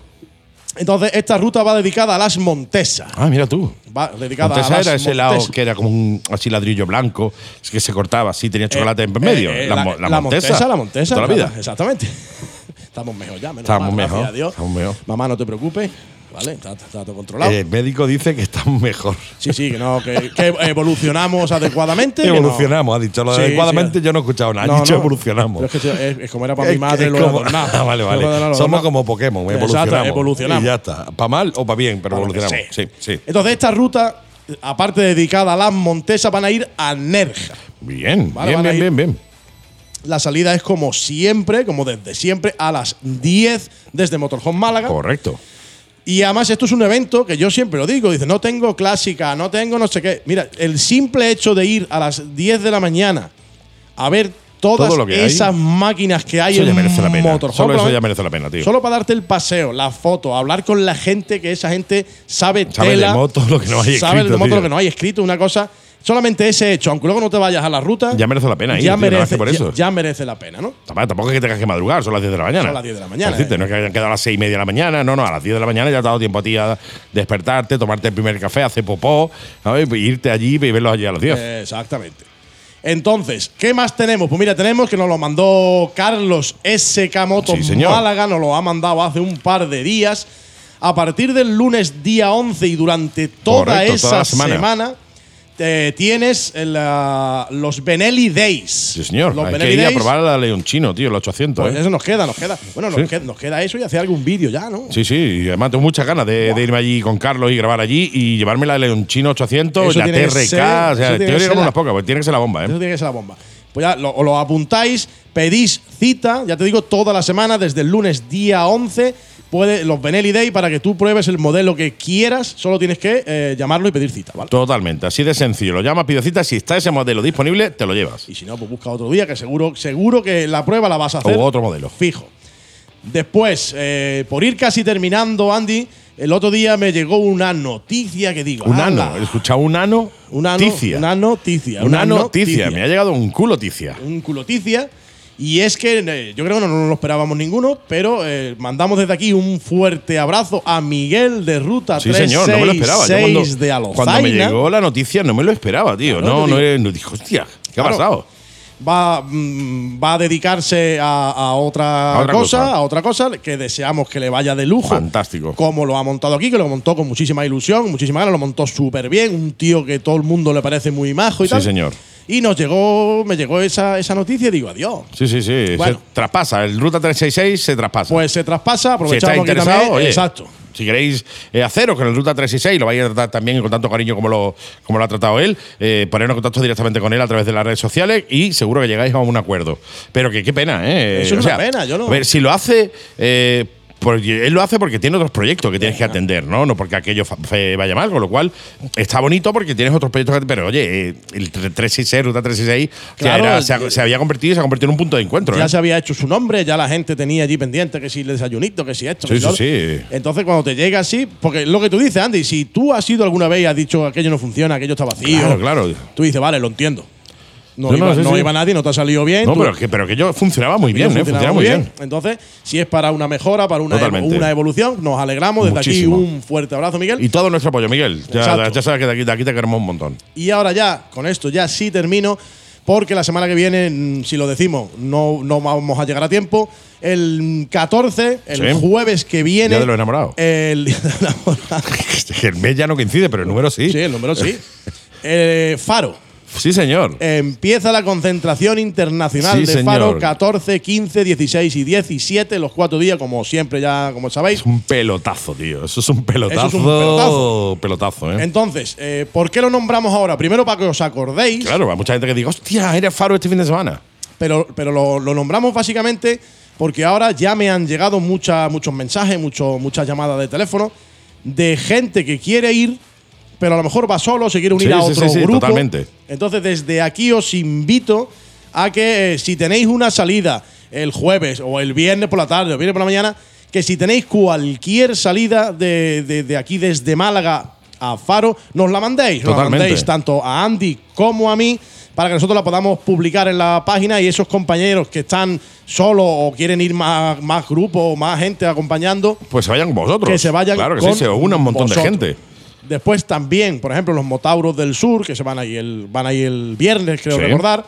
Speaker 6: Entonces, esta ruta va dedicada a las Montesas.
Speaker 5: Ah, mira tú.
Speaker 6: Va dedicada
Speaker 5: Montesa
Speaker 6: a las
Speaker 5: era ese
Speaker 6: Montesas.
Speaker 5: lado que era como un así ladrillo blanco que se cortaba así, tenía chocolate en medio.
Speaker 6: Eh, eh,
Speaker 5: la, mo- la Montesa.
Speaker 6: La Montesa.
Speaker 5: Toda la
Speaker 6: claro,
Speaker 5: vida.
Speaker 6: Exactamente. Estamos mejor ya, menos
Speaker 5: Estamos
Speaker 6: mal,
Speaker 5: mejor,
Speaker 6: gracias a Dios.
Speaker 5: estamos mejor.
Speaker 6: Mamá, no te preocupes. Vale, está, está- está todo controlado.
Speaker 5: El Eh, médico dice que estamos mejor.
Speaker 6: sí, sí, que, no, que, que evolucionamos adecuadamente. que no.
Speaker 5: Evolucionamos, ha dicho. Lo de
Speaker 6: Sí,
Speaker 5: adecuadamente
Speaker 6: sí.
Speaker 5: yo no he escuchado nada.
Speaker 6: No,
Speaker 5: ha dicho
Speaker 6: no.
Speaker 5: evolucionamos.
Speaker 6: Pero es, que es- es como era para mi
Speaker 5: Es-
Speaker 6: madre,
Speaker 5: es
Speaker 6: lo
Speaker 5: como-
Speaker 6: abandonaba.
Speaker 5: Ah, vale, vale.
Speaker 6: Lo abandonaba, lo
Speaker 5: Somos
Speaker 6: abandonaba.
Speaker 5: como Pokémon,
Speaker 6: Exacto,
Speaker 5: evolucionamos.
Speaker 6: evolucionamos.
Speaker 5: Y ya está. Para mal o para bien, pero
Speaker 6: Para lo que
Speaker 5: evolucionamos. Sí, sí.
Speaker 6: Entonces, esta ruta, aparte dedicada a las Montesas, van a ir a Nerja.
Speaker 5: Bien,
Speaker 6: Vale,
Speaker 5: bien,
Speaker 6: vale,
Speaker 5: bien,
Speaker 6: ahí.
Speaker 5: bien, bien.
Speaker 6: La salida es como siempre, como desde siempre, a las 10 desde Motorhome Málaga.
Speaker 5: Correcto.
Speaker 6: Y además esto es un evento que yo siempre lo digo, dice, no tengo clásica, no tengo no sé qué. Mira, el simple hecho de ir a las 10 de la mañana a ver todas
Speaker 5: Todo lo que hay.
Speaker 6: esas máquinas que hay
Speaker 5: Eso
Speaker 6: en
Speaker 5: ya merece la pena.
Speaker 6: Motorhome,
Speaker 5: Solo eso
Speaker 6: solamente-
Speaker 5: ya merece la pena, tío.
Speaker 6: Solo para darte el paseo, la foto, hablar con la gente que esa gente sabe,
Speaker 5: Sabe de
Speaker 6: tela,
Speaker 5: moto lo que no hay
Speaker 6: sabe
Speaker 5: escrito,
Speaker 6: de moto
Speaker 5: tío.
Speaker 6: lo que no hay escrito, una cosa, solamente ese hecho, aunque luego no te vayas a la ruta,
Speaker 5: Ya merece la pena ir,
Speaker 6: ya
Speaker 5: tío, nada más
Speaker 6: merece,
Speaker 5: que por
Speaker 6: ya-
Speaker 5: eso.
Speaker 6: ya merece la pena, ¿no?
Speaker 5: Tampoco tampoco es que tengas que madrugar, son las 10 de la mañana.
Speaker 6: Son las 10 de la mañana,
Speaker 5: Es decirte,
Speaker 6: eh.
Speaker 5: No es que hayan quedado a las 6 y media de la mañana, no, no, a las 10 de la mañana ya te ha dado tiempo a ti a despertarte, tomarte el primer café, hacer popó, ¿sabes? Y irte allí y verlos allí a los
Speaker 6: Eh,
Speaker 5: 10.
Speaker 6: Exactamente. Entonces, ¿qué más tenemos? Pues mira, tenemos que nos lo mandó Carlos SK Moto
Speaker 5: Sí, señor.
Speaker 6: Málaga, nos lo ha mandado hace un par de días. A partir del lunes día 11 y durante toda
Speaker 5: Correcto,
Speaker 6: esa
Speaker 5: toda la
Speaker 6: semana,
Speaker 5: semana.
Speaker 6: eh, tienes el, ah, los Benelli Days.
Speaker 5: sí, señor.
Speaker 6: Los
Speaker 5: Hay que
Speaker 6: Benelli
Speaker 5: ir a
Speaker 6: Days,
Speaker 5: probar la Leonchino, tío, el 800.
Speaker 6: Pues
Speaker 5: ¿eh?
Speaker 6: eso nos queda, nos queda. Bueno, nos,
Speaker 5: Sí.
Speaker 6: queda, nos queda eso y hacer algún vídeo ya, ¿no?
Speaker 5: Sí, sí, y además tengo muchas ganas de, de irme allí con Carlos y grabar allí y llevarme la Leonchino 800,
Speaker 6: Eso
Speaker 5: la
Speaker 6: tiene que
Speaker 5: TRK, o
Speaker 6: ser-
Speaker 5: sea,
Speaker 6: eso tiene que
Speaker 5: teoría
Speaker 6: ser
Speaker 5: como
Speaker 6: la-
Speaker 5: unas pocas, porque tiene que ser la bomba,
Speaker 6: Eso
Speaker 5: ¿eh?
Speaker 6: tiene que ser la bomba. Pues ya lo, o lo apuntáis, pedís cita, ya te digo, toda la semana, desde el lunes día 11 puede, los Benelli Day, para que tú pruebes el modelo que quieras, solo tienes que eh, llamarlo y pedir cita, ¿vale?
Speaker 5: Totalmente, así de sencillo. Lo llamas, pide cita. Si está ese modelo disponible, te lo llevas.
Speaker 6: Y si no, pues busca otro día, que seguro, seguro que la prueba la vas a
Speaker 5: O
Speaker 6: hacer.
Speaker 5: otro modelo.
Speaker 6: Fijo. Después, eh, por ir casi terminando, Andy, el otro día me llegó una noticia que digo.
Speaker 5: Un
Speaker 6: "Ala,
Speaker 5: ano. He escuchado un ano.
Speaker 6: Una ano-
Speaker 5: Ticia.
Speaker 6: Una noticia.
Speaker 5: Una noticia. Me ha llegado un culo ticia.
Speaker 6: Un culoticia. Y es que eh, yo creo que no, no lo esperábamos ninguno, pero eh, mandamos desde aquí un fuerte abrazo a Miguel de Ruta
Speaker 5: Sí, señor, no me lo esperaba. Yo
Speaker 6: 366
Speaker 5: cuando,
Speaker 6: de Alozaina.
Speaker 5: cuando me llegó la noticia, no me lo esperaba, tío.
Speaker 6: Claro,
Speaker 5: No,
Speaker 6: te
Speaker 5: no,
Speaker 6: digo.
Speaker 5: eh, no, dije, hostia, ¿qué ha
Speaker 6: Claro.
Speaker 5: pasado?
Speaker 6: va, mm, va a dedicarse a, a otra,
Speaker 5: A otra
Speaker 6: cosa,
Speaker 5: cosa.
Speaker 6: a otra cosa, que deseamos que le vaya de lujo.
Speaker 5: Fantástico.
Speaker 6: Como lo ha montado aquí, que lo montó con muchísima ilusión, con muchísima ganas, lo montó súper bien, un tío que todo el mundo le parece muy majo y
Speaker 5: Sí,
Speaker 6: tal.
Speaker 5: señor.
Speaker 6: Y nos llegó, me llegó esa, esa noticia y digo, adiós.
Speaker 5: Sí, sí, sí.
Speaker 6: Bueno.
Speaker 5: Se traspasa. El Ruta 366 se traspasa.
Speaker 6: Pues se traspasa,
Speaker 5: si
Speaker 6: aprovechamos
Speaker 5: estáis
Speaker 6: aquí también.
Speaker 5: interesados, oye,
Speaker 6: Exacto.
Speaker 5: Si queréis eh, haceros con el Ruta 366, lo vais a tratar también con tanto cariño como lo, como lo ha tratado él, eh, poneros en contacto directamente con él a través de las redes sociales y seguro que llegáis a un acuerdo. Pero que qué pena, ¿eh?
Speaker 6: Eso es una pena, yo no-
Speaker 5: A ver, si lo hace. eh, porque él lo hace porque tiene otros proyectos que tienes que atender, ¿no? No porque aquello fa- fe- vaya mal, con lo cual está bonito porque tienes otros proyectos que. Pero oye, eh, el 366, Ruta 366,
Speaker 6: Claro,
Speaker 5: ya era- se,
Speaker 6: yo-
Speaker 5: ha- se había convertido y se ha convertido en un punto de encuentro.
Speaker 6: Ya
Speaker 5: ¿eh?
Speaker 6: se había hecho su nombre, ya la gente tenía allí pendiente que si el desayunito, que si esto. que
Speaker 5: Sí,
Speaker 6: si lo
Speaker 5: sí,
Speaker 6: otro.
Speaker 5: sí.
Speaker 6: Entonces, cuando te llega así, porque es lo que tú dices, Andy, si tú has ido alguna vez y has dicho aquello no funciona, aquello está vacío,
Speaker 5: Claro, claro.
Speaker 6: tú dices, vale, lo entiendo. No,
Speaker 5: No, no,
Speaker 6: iba,
Speaker 5: sí,
Speaker 6: no
Speaker 5: sí.
Speaker 6: iba nadie, no te ha salido bien.
Speaker 5: No,
Speaker 6: tú-
Speaker 5: pero que, pero que yo funcionaba muy bien, ¿eh?
Speaker 6: funcionaba
Speaker 5: Funcionaba muy bien.
Speaker 6: Entonces, si es para una mejora, para una, evo-
Speaker 5: Totalmente.
Speaker 6: una evolución, nos alegramos. Desde
Speaker 5: Muchísimo.
Speaker 6: aquí un fuerte abrazo, Miguel.
Speaker 5: Y todo nuestro apoyo, Miguel. Ya,
Speaker 6: Exacto.
Speaker 5: ya sabes que de aquí, de aquí te queremos un montón.
Speaker 6: Y ahora ya, con esto ya sí termino, porque la semana que viene, mm, si lo decimos, no, no vamos a llegar a tiempo. El 14, el
Speaker 5: Sí.
Speaker 6: jueves que viene.
Speaker 5: Día de los enamorados.
Speaker 6: El día de los enamorados.
Speaker 5: El mes ya no coincide, pero el número sí.
Speaker 6: Sí, el número sí. Eh, Faro.
Speaker 5: Sí, señor.
Speaker 6: Empieza la concentración internacional
Speaker 5: Sí,
Speaker 6: de
Speaker 5: señor.
Speaker 6: Faro 14, 15, 16 y 17, los cuatro días, como siempre, ya como sabéis.
Speaker 5: Es un pelotazo, tío. Eso es un pelotazo.
Speaker 6: Eso es un pelotazo.
Speaker 5: pelotazo, ¿eh?
Speaker 6: Entonces, eh, ¿por qué lo nombramos ahora? Primero para que os acordéis.
Speaker 5: Claro, hay mucha gente que diga, hostia, eres faro este fin de semana.
Speaker 6: pero, pero lo, lo nombramos básicamente porque ahora ya me han llegado mucha- muchos mensajes, mucho- muchas llamadas de teléfono de gente que quiere ir, pero a lo mejor va solo, se quiere unir
Speaker 5: Sí,
Speaker 6: a
Speaker 5: sí,
Speaker 6: otro
Speaker 5: sí, sí,
Speaker 6: grupo.
Speaker 5: totalmente.
Speaker 6: Entonces, desde aquí os invito a que eh, si tenéis una salida el jueves o el viernes por la tarde o el viernes por la mañana, que si tenéis cualquier salida de, de- de aquí desde Málaga a Faro, nos la mandéis. Nos la
Speaker 5: Totalmente.
Speaker 6: mandéis tanto a Andy como a mí para que nosotros la podamos publicar en la página y esos compañeros que están solos o quieren ir más, más grupos o más gente acompañando,
Speaker 5: Pues se vayan con vosotros.
Speaker 6: que se vayan
Speaker 5: Claro que
Speaker 6: con
Speaker 5: sí, se una un montón
Speaker 6: vosotros.
Speaker 5: de gente.
Speaker 6: Después también, por ejemplo, los Motauros del Sur, que se van ahí el, van ahí el viernes, creo
Speaker 5: Sí.
Speaker 6: recordar.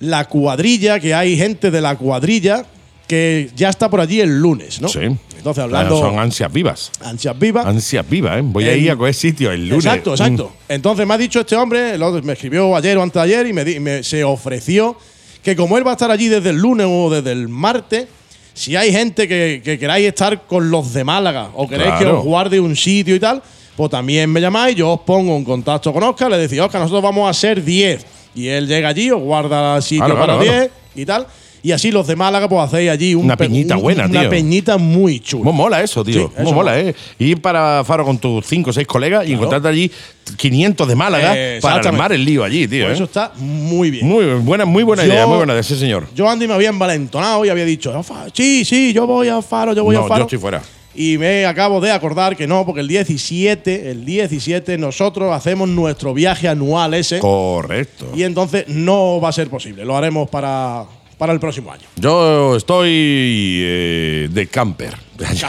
Speaker 6: La cuadrilla, que hay gente de la cuadrilla que ya está por allí el lunes, ¿no?
Speaker 5: Sí.
Speaker 6: Entonces, hablando
Speaker 5: Son ansias vivas.
Speaker 6: ansias vivas.
Speaker 5: Ansias vivas, ¿eh? Voy
Speaker 6: El-
Speaker 5: a ir a coger sitio el lunes. Mm.
Speaker 6: Exacto, exacto. Entonces me ha dicho este hombre, el otro- me escribió ayer o antes de ayer y me, di- me- se ofreció que como él va a estar allí desde el lunes o desde el martes, si hay gente que, que queráis estar con los de Málaga o queréis que
Speaker 5: Claro.
Speaker 6: os guarde un sitio y tal, pues también me llamáis, yo os pongo en contacto con Oscar, le decís, Oscar, nosotros vamos a ser 10. Y él llega allí, os guarda sitio
Speaker 5: Claro,
Speaker 6: para
Speaker 5: claro,
Speaker 6: 10
Speaker 5: claro.
Speaker 6: y tal. Y así los de Málaga, pues hacéis allí un
Speaker 5: Una
Speaker 6: pe-
Speaker 5: peñita
Speaker 6: un-
Speaker 5: buena,
Speaker 6: una
Speaker 5: tío.
Speaker 6: peñita muy chula.
Speaker 5: Mo- mola eso, tío.
Speaker 6: Sí, eso
Speaker 5: Mo- mola,
Speaker 6: mola.
Speaker 5: ¿eh? Ir para Faro con tus cinco o seis colegas y encontrarte allí 500 de Málaga
Speaker 6: Eh,
Speaker 5: para
Speaker 6: exactamente.
Speaker 5: armar el lío allí, tío.
Speaker 6: Por
Speaker 5: ¿eh?
Speaker 6: Pues eso está muy bien.
Speaker 5: Muy buena, muy buena
Speaker 6: Yo-
Speaker 5: idea, muy buena idea, sí, señor.
Speaker 6: Yo Andy me había envalentonado y había dicho, "Ah, fa- sí, sí, yo voy a Faro, yo voy
Speaker 5: No,
Speaker 6: a Faro.
Speaker 5: yo estoy fuera.
Speaker 6: Y me acabo de acordar que no, porque el 17, el 17 nosotros hacemos nuestro viaje anual ese
Speaker 5: Correcto.
Speaker 6: y entonces no va a ser posible, lo haremos para, para el próximo año.
Speaker 5: Yo estoy eh, de camper.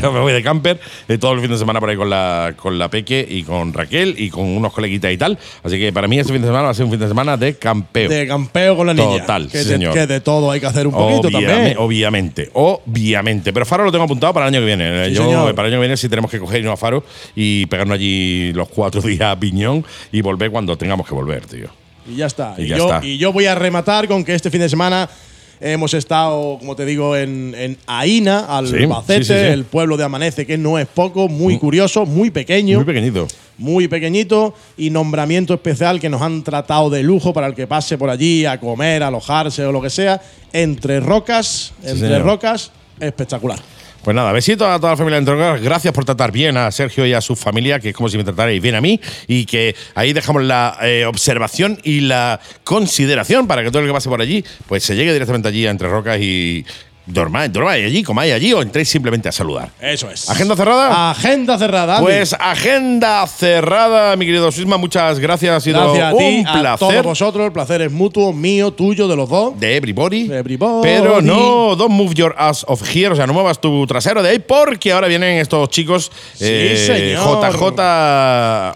Speaker 5: Yo me voy de camper eh, todo el fin de semana por ahí con la, con la Peque y con Raquel y con unos coleguitas y tal. Así que para mí este fin de semana va a ser un fin de semana de campeo.
Speaker 6: De campeo con la niña.
Speaker 5: Total,
Speaker 6: que,
Speaker 5: sí,
Speaker 6: de,
Speaker 5: señor.
Speaker 6: que de todo hay que hacer un poquito
Speaker 5: Obviame-
Speaker 6: también.
Speaker 5: Obviamente, obviamente. Pero Faro lo tengo apuntado para el año que viene.
Speaker 6: Sí,
Speaker 5: Yo,
Speaker 6: señor.
Speaker 5: Para el año que viene sí tenemos que coger irnos a Faro y pegarnos allí los cuatro días a piñón y volver cuando tengamos que volver, tío.
Speaker 6: Y ya está.
Speaker 5: Y
Speaker 6: Y,
Speaker 5: ya
Speaker 6: yo,
Speaker 5: está.
Speaker 6: y yo voy a rematar con que este fin de semana hemos estado, como te digo, en, en Aina,
Speaker 5: Sí,
Speaker 6: Albacete,
Speaker 5: sí, sí, sí.
Speaker 6: el pueblo de Amanece, que no es poco, muy curioso, muy pequeño.
Speaker 5: Muy pequeñito.
Speaker 6: muy pequeñito y nombramiento especial que nos han tratado de lujo para el que pase por allí a comer, a alojarse o lo que sea. Entre rocas, entre
Speaker 5: señor.
Speaker 6: rocas, espectacular.
Speaker 7: Pues nada, besitos a toda la familia de Entroncas. Gracias por tratar bien a Sergio y a su familia, que es como si me tratarais bien a mí. Y que ahí dejamos la eh, observación y la consideración para que todo el que pase por allí, pues se llegue directamente allí a Entre Rocas y dormáis, dormáis allí, comáis allí o entréis simplemente a saludar.
Speaker 6: Eso es.
Speaker 7: ¿Agenda
Speaker 6: Ah,
Speaker 7: cerrada?
Speaker 6: Agenda cerrada. Andy.
Speaker 7: Pues agenda cerrada, mi querido Sisma. Muchas gracias. Ha sido
Speaker 6: gracias a
Speaker 7: un
Speaker 6: ti, a todos
Speaker 7: placer.
Speaker 6: vosotros. El placer es mutuo, mío, tuyo, de los dos.
Speaker 7: de everybody,
Speaker 6: De everybody.
Speaker 7: Pero no, don't move your ass of here. O sea, no muevas tu trasero de ahí porque ahora vienen estos chicos.
Speaker 6: Sí, señor.
Speaker 7: JJ.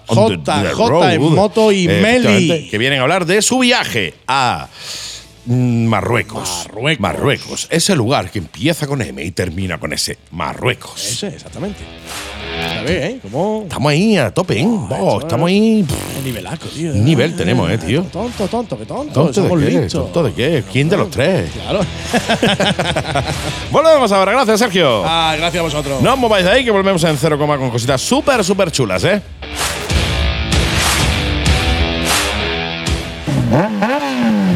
Speaker 7: on the- the
Speaker 6: JJ
Speaker 7: road.
Speaker 6: en moto y
Speaker 7: Eh,
Speaker 6: Meli.
Speaker 7: efectivamente, Que vienen a hablar de su viaje a. mm, Marruecos.
Speaker 6: Marruecos.
Speaker 7: Marruecos. Ese lugar que empieza con M y termina con S. Marruecos.
Speaker 6: Ese, exactamente. A ver, ¿eh? ¿Cómo?
Speaker 7: Estamos ahí a tope, ¿eh?
Speaker 6: Ah,
Speaker 7: Oh, estamos ahí. pff,
Speaker 6: Qué nivelaco, tío.
Speaker 7: Nivel tenemos, eh, tío.
Speaker 6: Tonto, tonto, que tonto.
Speaker 7: ¿Tonto
Speaker 6: Somos
Speaker 7: de qué?
Speaker 6: listos.
Speaker 7: ¿Tonto de qué? ¿Quién de los tres?
Speaker 6: Claro.
Speaker 7: Volvemos ahora. Gracias, Sergio.
Speaker 6: Ah, gracias a vosotros.
Speaker 5: em
Speaker 7: No os mováis de ahí que volvemos en cero coma con cositas súper, súper chulas, ¿eh?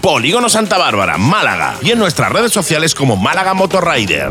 Speaker 5: Polígono Santa Bárbara, Málaga y en nuestras redes sociales como Málaga Motorrider.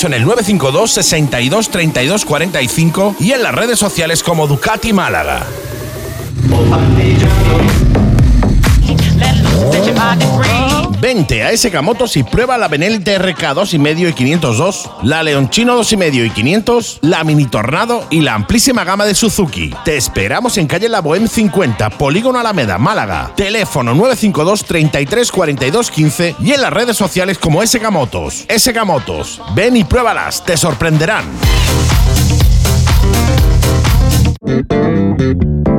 Speaker 5: en el 952 62 32 45 y en las redes sociales como Ducati Málaga. Vente a SK Motos y prueba la Benelli TRK 2,5 y 502, la Leonchino 2,5 y 500, la Mini Tornado y la amplísima gama de Suzuki. Te esperamos en calle La Bohem 50, Polígono Alameda, Málaga. Teléfono 952 33 42 15 y en las redes sociales como SK Motos. SK Motos, ven y pruébalas, te sorprenderán.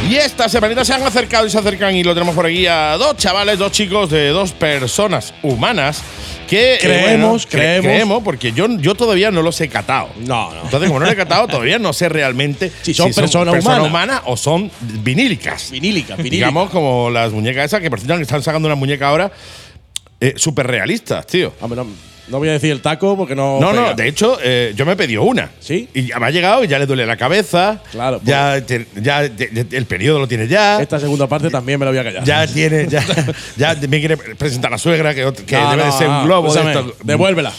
Speaker 7: Y esta semanita se han acercado y se acercan y lo tenemos por aquí a dos chavales, dos chicos de dos personas humanas que eh,
Speaker 6: Creemos,
Speaker 7: cre-
Speaker 6: creemos.
Speaker 7: creemos, porque yo, yo todavía no los he catado.
Speaker 6: No, no.
Speaker 7: Entonces, como no los he catado, todavía no sé realmente
Speaker 6: Si son persona humana.
Speaker 7: humanas o son vinílicas.
Speaker 6: Vinílica, vinílica.
Speaker 7: Digamos como las muñecas esas que por cierto, están sacando una muñeca ahora eh, súper realistas, tío.
Speaker 6: Hombre, no, no voy a decir el taco porque no.
Speaker 7: No, no,
Speaker 6: pega.
Speaker 7: de hecho, eh, yo me he pedido una.
Speaker 6: ¿Sí?
Speaker 7: Y ya me ha llegado y ya le duele la cabeza.
Speaker 6: Claro, pues.
Speaker 7: Ya, te- ya te- te- el periodo lo tiene ya.
Speaker 6: Esta segunda parte también me la voy a callar.
Speaker 7: ya tiene, ya, ya me quiere presentar a la suegra, que, ot- que
Speaker 6: No,
Speaker 7: debe de
Speaker 6: no,
Speaker 7: ser un
Speaker 6: no,
Speaker 7: globo. de
Speaker 6: escúchame,
Speaker 7: estos-
Speaker 6: Devuélvela.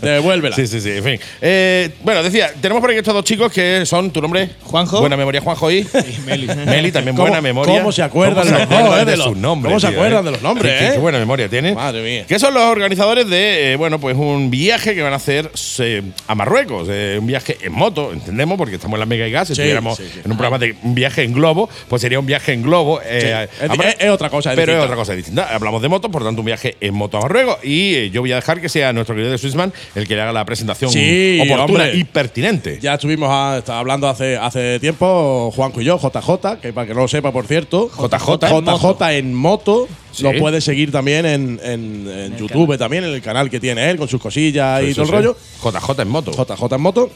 Speaker 6: Devuélvela.
Speaker 7: Sí, sí, sí, en fin. Eh, bueno, decía, tenemos por aquí estos dos chicos que son, ¿tu nombre?
Speaker 8: Juanjo.
Speaker 7: Buena memoria, Juanjo y, Meli. Meli, también
Speaker 6: ¿Cómo-
Speaker 7: buena memoria.
Speaker 6: cómo se acuerdan
Speaker 7: ¿Cómo se
Speaker 6: los-
Speaker 7: acuerdan
Speaker 6: eh,
Speaker 7: de
Speaker 6: de los-
Speaker 7: sus nombres?
Speaker 6: cómo se
Speaker 7: tío,
Speaker 6: acuerdan
Speaker 7: eh?
Speaker 6: de los nombres,
Speaker 7: Qué- qué-
Speaker 6: eh?
Speaker 7: Qué buena memoria tienen.
Speaker 6: Madre mía.
Speaker 7: Que son los organizadores de
Speaker 5: eh, bueno, pues un viaje que van a hacer eh, a Marruecos. eh, un viaje en moto, entendemos, porque estamos en la Mega y Gas. Si
Speaker 6: Sí,
Speaker 5: estuviéramos
Speaker 6: sí, sí.
Speaker 5: en un programa de un viaje en globo, pues sería un viaje en globo. eh,
Speaker 6: Sí.
Speaker 5: a-
Speaker 6: Es- es- es otra cosa, es
Speaker 5: Pero es
Speaker 6: distinta.
Speaker 5: otra cosa distinta. "Ah, Hablamos de motos, por tanto, un viaje en moto a Marruecos. Y eh, yo voy a dejar que sea nuestro querido de Swissman el que le haga la presentación
Speaker 6: Sí,
Speaker 5: oportuna
Speaker 6: hombre.
Speaker 5: y pertinente.
Speaker 6: Ya estuvimos a- está hablando hace, hace tiempo, Juanco y yo, JJ, que para que no lo sepa, por cierto,
Speaker 5: JJ en moto.
Speaker 6: JJ en moto.
Speaker 5: Sí.
Speaker 6: Lo puedes seguir también en, en- en YouTube, también en el canal que tiene él, con sus cosillas y
Speaker 5: Sí, sí,
Speaker 6: todo el
Speaker 5: sí.
Speaker 6: rollo.
Speaker 5: JJ en moto.
Speaker 6: JJ en moto.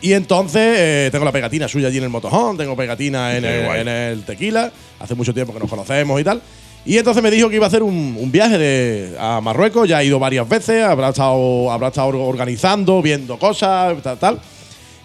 Speaker 6: Y entonces eh, tengo la pegatina suya allí en el motojón, tengo pegatina en,
Speaker 5: Qué
Speaker 6: el,
Speaker 5: guay.
Speaker 6: en el tequila, hace mucho tiempo que nos conocemos y tal. Y entonces me dijo que iba a hacer un, un viaje de, a Marruecos, ya ha ido varias veces, habrá estado, habrá estado organizando, viendo cosas, tal, tal.